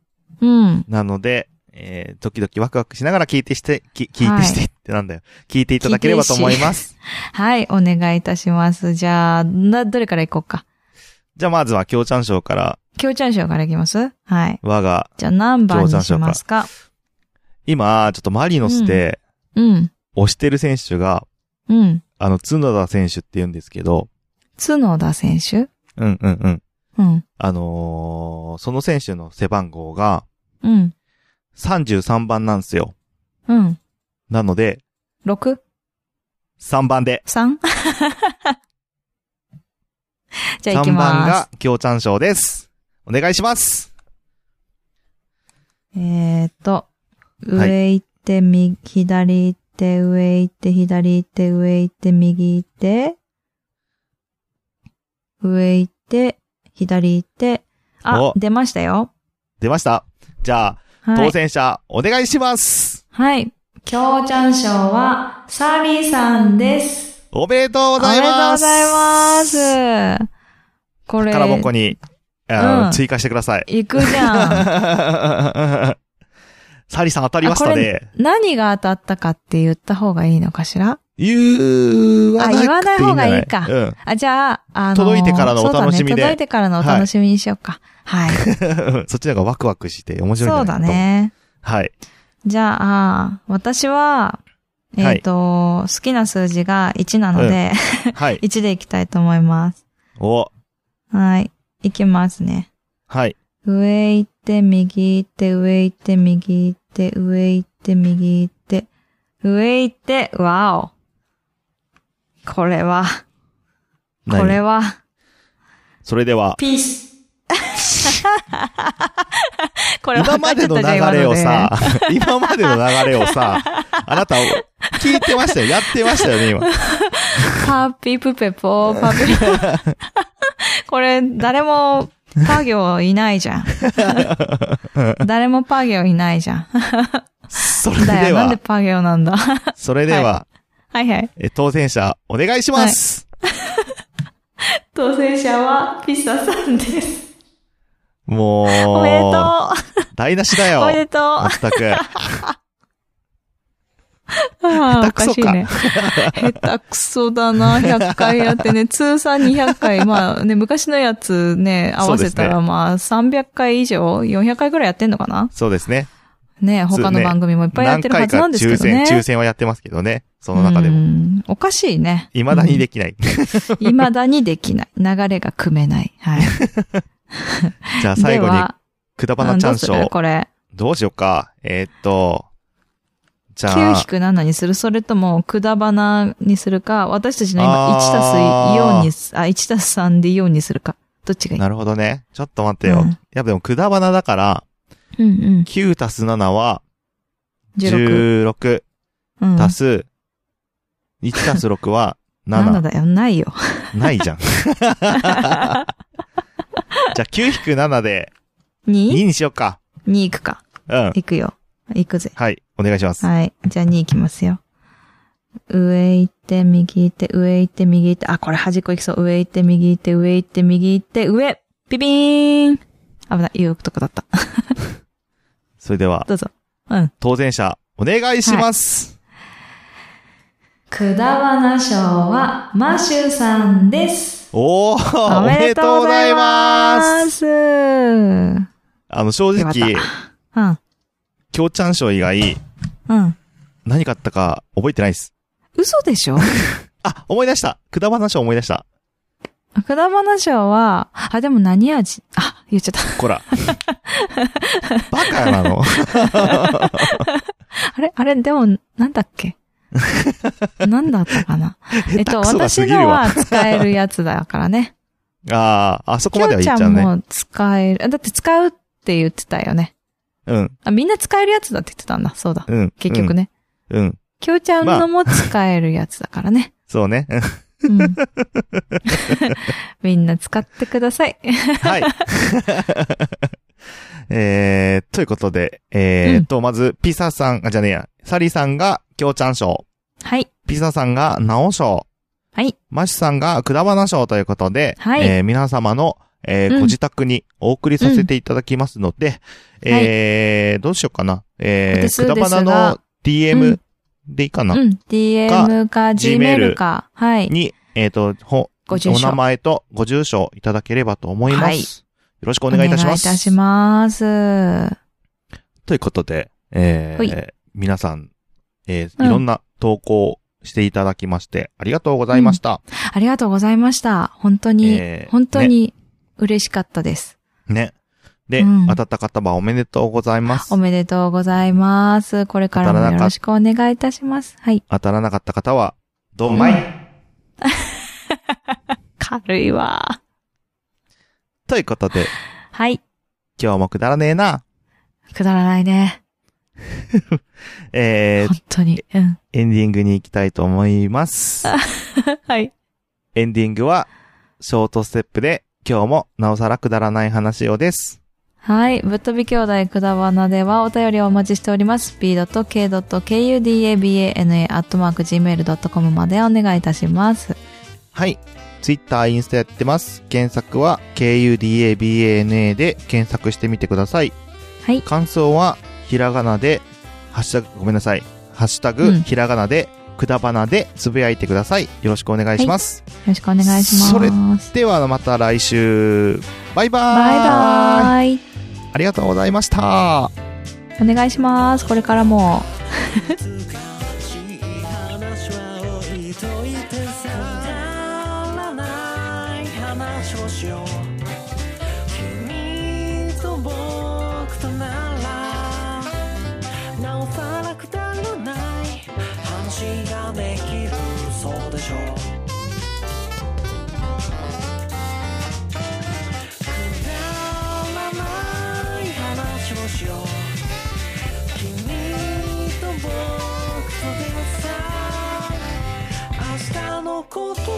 [SPEAKER 2] うん。
[SPEAKER 1] なので、えー、時々ワクワクしながら聞いてして、き聞い
[SPEAKER 2] は
[SPEAKER 1] て
[SPEAKER 2] い
[SPEAKER 1] してってなんだよ。聞いていただければと思います。
[SPEAKER 2] はい、お願いいたします。じゃあ、な、どれからいこうか。
[SPEAKER 1] じゃあまずは、京ちゃん賞から、
[SPEAKER 2] きょうちゃん賞からいきますはい。
[SPEAKER 1] 我が、
[SPEAKER 2] じゃあ何番にしますか
[SPEAKER 1] 今、ちょっとマリノスで、
[SPEAKER 2] うん。
[SPEAKER 1] 推してる選手が、
[SPEAKER 2] うん。
[SPEAKER 1] あの、角田選手って言うんですけど、
[SPEAKER 2] 角田選手
[SPEAKER 1] うんうんうん。
[SPEAKER 2] うん。
[SPEAKER 1] あのーその選手の背番号が、
[SPEAKER 2] うん。
[SPEAKER 1] 33番なんですよ。
[SPEAKER 2] うん。
[SPEAKER 1] なので、
[SPEAKER 2] 6?
[SPEAKER 1] 3番で。
[SPEAKER 2] 3? じゃあ行き
[SPEAKER 1] 3番
[SPEAKER 2] ま
[SPEAKER 1] が、京ちゃん賞です。お願いします。
[SPEAKER 2] す。えーっと、
[SPEAKER 1] はい
[SPEAKER 2] 上行って右、左行っって、上行って、左行って、上行って、右行って、上行って、左行って、あ
[SPEAKER 1] お、
[SPEAKER 2] 出ましたよ。
[SPEAKER 1] 出ました。じゃあ、
[SPEAKER 2] はい
[SPEAKER 1] 当。選者、お願いします。
[SPEAKER 2] はい。強ちゃん賞は、サリさんです。
[SPEAKER 1] おめでとう
[SPEAKER 2] お
[SPEAKER 1] ございます。
[SPEAKER 2] めでとうございます。これ、
[SPEAKER 1] 宝箱に、あー
[SPEAKER 2] うん
[SPEAKER 1] 追加してください。
[SPEAKER 2] 行くじ ゃん。
[SPEAKER 1] サリさん当たりましたね。
[SPEAKER 2] 何が当たったかって言った方がいいのかしら
[SPEAKER 1] 言わなくていいんじゃない
[SPEAKER 2] あ言わない方がいいか
[SPEAKER 1] うん。
[SPEAKER 2] あ、じゃあ、あのー
[SPEAKER 1] 届いてからのお楽しみ
[SPEAKER 2] そうだね
[SPEAKER 1] で
[SPEAKER 2] 届いてからのお楽しみにしようか。はい。
[SPEAKER 1] そっちの方がワクワクして面白い
[SPEAKER 2] そ
[SPEAKER 1] ん
[SPEAKER 2] う
[SPEAKER 1] じゃないかと
[SPEAKER 2] だ
[SPEAKER 1] 思う。
[SPEAKER 2] ね。
[SPEAKER 1] はい。
[SPEAKER 2] じゃあ、私は、
[SPEAKER 1] は
[SPEAKER 2] え
[SPEAKER 1] い
[SPEAKER 2] っ、と、好きな数字が1なので、
[SPEAKER 1] はい。
[SPEAKER 2] 1でいきたいと思います。
[SPEAKER 1] お、
[SPEAKER 2] はい。いきますね。
[SPEAKER 1] はい。
[SPEAKER 2] 上行って、右行って、上行って、右行って、上行って、右行って、上行って、わお。これは、こ
[SPEAKER 1] 何
[SPEAKER 2] れは、
[SPEAKER 1] それでは、
[SPEAKER 2] ピース。これは
[SPEAKER 1] 今
[SPEAKER 2] 分
[SPEAKER 1] ま
[SPEAKER 2] かっちゃ
[SPEAKER 1] で
[SPEAKER 2] った
[SPEAKER 1] の流
[SPEAKER 2] じゃん今
[SPEAKER 1] れ
[SPEAKER 2] の
[SPEAKER 1] を
[SPEAKER 2] で
[SPEAKER 1] さ、 今までの流れをさ、 あなた、聞いてましたよ。やってましたよね、今。
[SPEAKER 2] パピプペポー、パピプ これ、誰も、パ行いな いじゃん。誰もパ行いないじゃん。
[SPEAKER 1] それで
[SPEAKER 2] だよ、なんで
[SPEAKER 1] は、
[SPEAKER 2] パ行なんだ。は
[SPEAKER 1] それでは、
[SPEAKER 2] いはい。
[SPEAKER 1] え当選者、お願いします。
[SPEAKER 2] 当選者は、ピッサさんです。
[SPEAKER 1] もう、
[SPEAKER 2] おめでとう
[SPEAKER 1] 台無しだよ。
[SPEAKER 2] おめでとう
[SPEAKER 1] まったく。
[SPEAKER 2] ああ、
[SPEAKER 1] 下
[SPEAKER 2] お
[SPEAKER 1] 手く
[SPEAKER 2] か
[SPEAKER 1] そ
[SPEAKER 2] しいね。 下手くそだな、100回やってね。通算200回。まあね、昔のやつね、合わせた
[SPEAKER 1] そ
[SPEAKER 2] らまあ300回以上、400回ぐらいやってんのかな
[SPEAKER 1] そうですね。
[SPEAKER 2] ね、他の番組もいっぱいやってるはずなんですけどね
[SPEAKER 1] 何。回か抽選、抽選はやってますけどね。その中でも。
[SPEAKER 2] も。おかしいね。
[SPEAKER 1] 未だにできない。
[SPEAKER 2] うん。未だにできない。流れが組めない。 はい。
[SPEAKER 1] じゃあ最後
[SPEAKER 2] で
[SPEAKER 1] に、
[SPEAKER 2] は
[SPEAKER 1] くだばなちゃん賞
[SPEAKER 2] うんどうするこれ。
[SPEAKER 1] どうしようか。えーっと、じゃあ、
[SPEAKER 2] 9-7にするそれとも、くだばなにするか、私たちの今、1たす
[SPEAKER 1] あー
[SPEAKER 2] 4にす、あ、1たす3で4にするか。どっちがいい
[SPEAKER 1] なるほどね。ちょっと待ってよ。
[SPEAKER 2] うん
[SPEAKER 1] いや、でも、くだばなだから、
[SPEAKER 2] うんうん。
[SPEAKER 1] 9たす7は、
[SPEAKER 2] 16。
[SPEAKER 1] 16
[SPEAKER 2] うん。
[SPEAKER 1] たす、1たす6は、
[SPEAKER 2] 7
[SPEAKER 1] 7。
[SPEAKER 2] だよ。ないよ。
[SPEAKER 1] ないじゃん。じゃあ、9引く7で、2
[SPEAKER 2] 2?2
[SPEAKER 1] にしようか。
[SPEAKER 2] 行くか。
[SPEAKER 1] うん。
[SPEAKER 2] 行くよ。行くぜ。
[SPEAKER 1] はい、お願いします。
[SPEAKER 2] はい。じゃあ2行きますよ。上行って、右行って、上行って、右行って、あ、これ端っこ行きそう。上行って、右行って、上行って、右行って、上ビビーン危ない、言うとこだった。
[SPEAKER 1] それでは、
[SPEAKER 2] どうぞ。うん。
[SPEAKER 1] 当選者、お願いします。
[SPEAKER 2] くだばな賞は、マシュさんです。
[SPEAKER 1] おー、おめでとうございます。
[SPEAKER 2] す。うん。
[SPEAKER 1] あの、正
[SPEAKER 2] よかった
[SPEAKER 1] 直、
[SPEAKER 2] うん。
[SPEAKER 1] きょうちゃん賞以外、
[SPEAKER 2] うん。
[SPEAKER 1] 何買ったか覚えてないです。
[SPEAKER 2] 嘘でしょ
[SPEAKER 1] あ、思い出した。くだばな賞思い出した。
[SPEAKER 2] くだばな賞は、あ、でも何味あ、言っちゃった。
[SPEAKER 1] こ ら。バカなの
[SPEAKER 2] あれあれでも、なんだっけ なんだったかなえ
[SPEAKER 1] 下手
[SPEAKER 2] っと、
[SPEAKER 1] くそがす
[SPEAKER 2] 私
[SPEAKER 1] ぎる
[SPEAKER 2] の
[SPEAKER 1] わ。
[SPEAKER 2] は使えるやつだからね。
[SPEAKER 1] ああ、あ そこ
[SPEAKER 2] きょ
[SPEAKER 1] までは
[SPEAKER 2] う
[SPEAKER 1] いい
[SPEAKER 2] ち
[SPEAKER 1] じ
[SPEAKER 2] ゃ
[SPEAKER 1] ゃ
[SPEAKER 2] ん
[SPEAKER 1] んね。
[SPEAKER 2] も使える。あだって使うって言ってたよね。
[SPEAKER 1] うん、
[SPEAKER 2] あ、みんな使えるやつだって言ってたんだ。そうだ。
[SPEAKER 1] うん。
[SPEAKER 2] 結局ね。
[SPEAKER 1] うん。うん。
[SPEAKER 2] きょうちゃんのも使えるやつだからね。
[SPEAKER 1] そうね。 うん
[SPEAKER 2] うん。みんな使ってください。
[SPEAKER 1] はい。 えー、ということで、えーっと、まず、ピサさん、あ、じゃねえや、サリーさんが、きょうちゃん賞。
[SPEAKER 2] はい。
[SPEAKER 1] ピサさんが、ナオ賞。
[SPEAKER 2] はい。
[SPEAKER 1] マシさんが、くだばな賞ということで、
[SPEAKER 2] はい
[SPEAKER 1] えー皆様の、えー
[SPEAKER 2] うん
[SPEAKER 1] ご自宅にお送りさせていただきますので、
[SPEAKER 2] うんはい
[SPEAKER 1] えー、どうしようかな。え
[SPEAKER 2] で
[SPEAKER 1] ー、
[SPEAKER 2] す
[SPEAKER 1] くだばな
[SPEAKER 2] ですが
[SPEAKER 1] の
[SPEAKER 2] う
[SPEAKER 1] DM
[SPEAKER 2] ん
[SPEAKER 1] でいいかな、
[SPEAKER 2] うん。DM か Gmail か。はい。
[SPEAKER 1] に、えっ、と、ほ、
[SPEAKER 2] ご住所
[SPEAKER 1] お名前とご住所いただければと思います。
[SPEAKER 2] はい
[SPEAKER 1] よろしくお願いいたします。
[SPEAKER 2] お願いいたします。は
[SPEAKER 1] ということで、え
[SPEAKER 2] ほい
[SPEAKER 1] ー、皆さん、えー
[SPEAKER 2] うん
[SPEAKER 1] いろんな投稿をしていただきまして、ありがとうございました。
[SPEAKER 2] ありがとうございました。本当に、
[SPEAKER 1] えー
[SPEAKER 2] 本当に嬉しかったです。
[SPEAKER 1] ね。で、
[SPEAKER 2] うん
[SPEAKER 1] 当たった方はおめでとうございます
[SPEAKER 2] お。めでとうございます。これからもよろしくお願いいたします。はい。
[SPEAKER 1] 当たらなかった方は、どんまい。
[SPEAKER 2] 軽いわ。
[SPEAKER 1] ということで、
[SPEAKER 2] はい。
[SPEAKER 1] 今日もくだらねえな。
[SPEAKER 2] くだらないね。
[SPEAKER 1] えー
[SPEAKER 2] 本当に。うん。
[SPEAKER 1] エンディングに行きたいと思います。
[SPEAKER 2] はい。
[SPEAKER 1] エンディングは、ショートステップで、今日もなおさらくだらない話をです。
[SPEAKER 2] はい。ぶっ飛び兄弟くだばなではお便りをお待ちしております。p.k.kudabana.gmail.com までお願いいたします。
[SPEAKER 1] はい。ツイッター、インスタやってます。検索は、KUDABANA で検索してみてください。
[SPEAKER 2] はい。
[SPEAKER 1] 感想は、ひらがなで、ハッシュタグ、ごめんなさい。ハッシュタグ、
[SPEAKER 2] うん
[SPEAKER 1] ひらがなで、くだばなで、つぶやいてください。よろしくお願いします。
[SPEAKER 2] よろしくお願いします。
[SPEAKER 1] それ
[SPEAKER 2] バイ
[SPEAKER 1] では、また来週。バイバーイ
[SPEAKER 2] バーイ。
[SPEAKER 1] ありがとうございました。
[SPEAKER 2] お願いします。これからも。
[SPEAKER 5] 難しい話は置いといてさくだらない話をしよう君と僕とならなおさらくだらない話ができるそうでしょうくだらない話をしよう「君と僕とでもさ」「明日のことは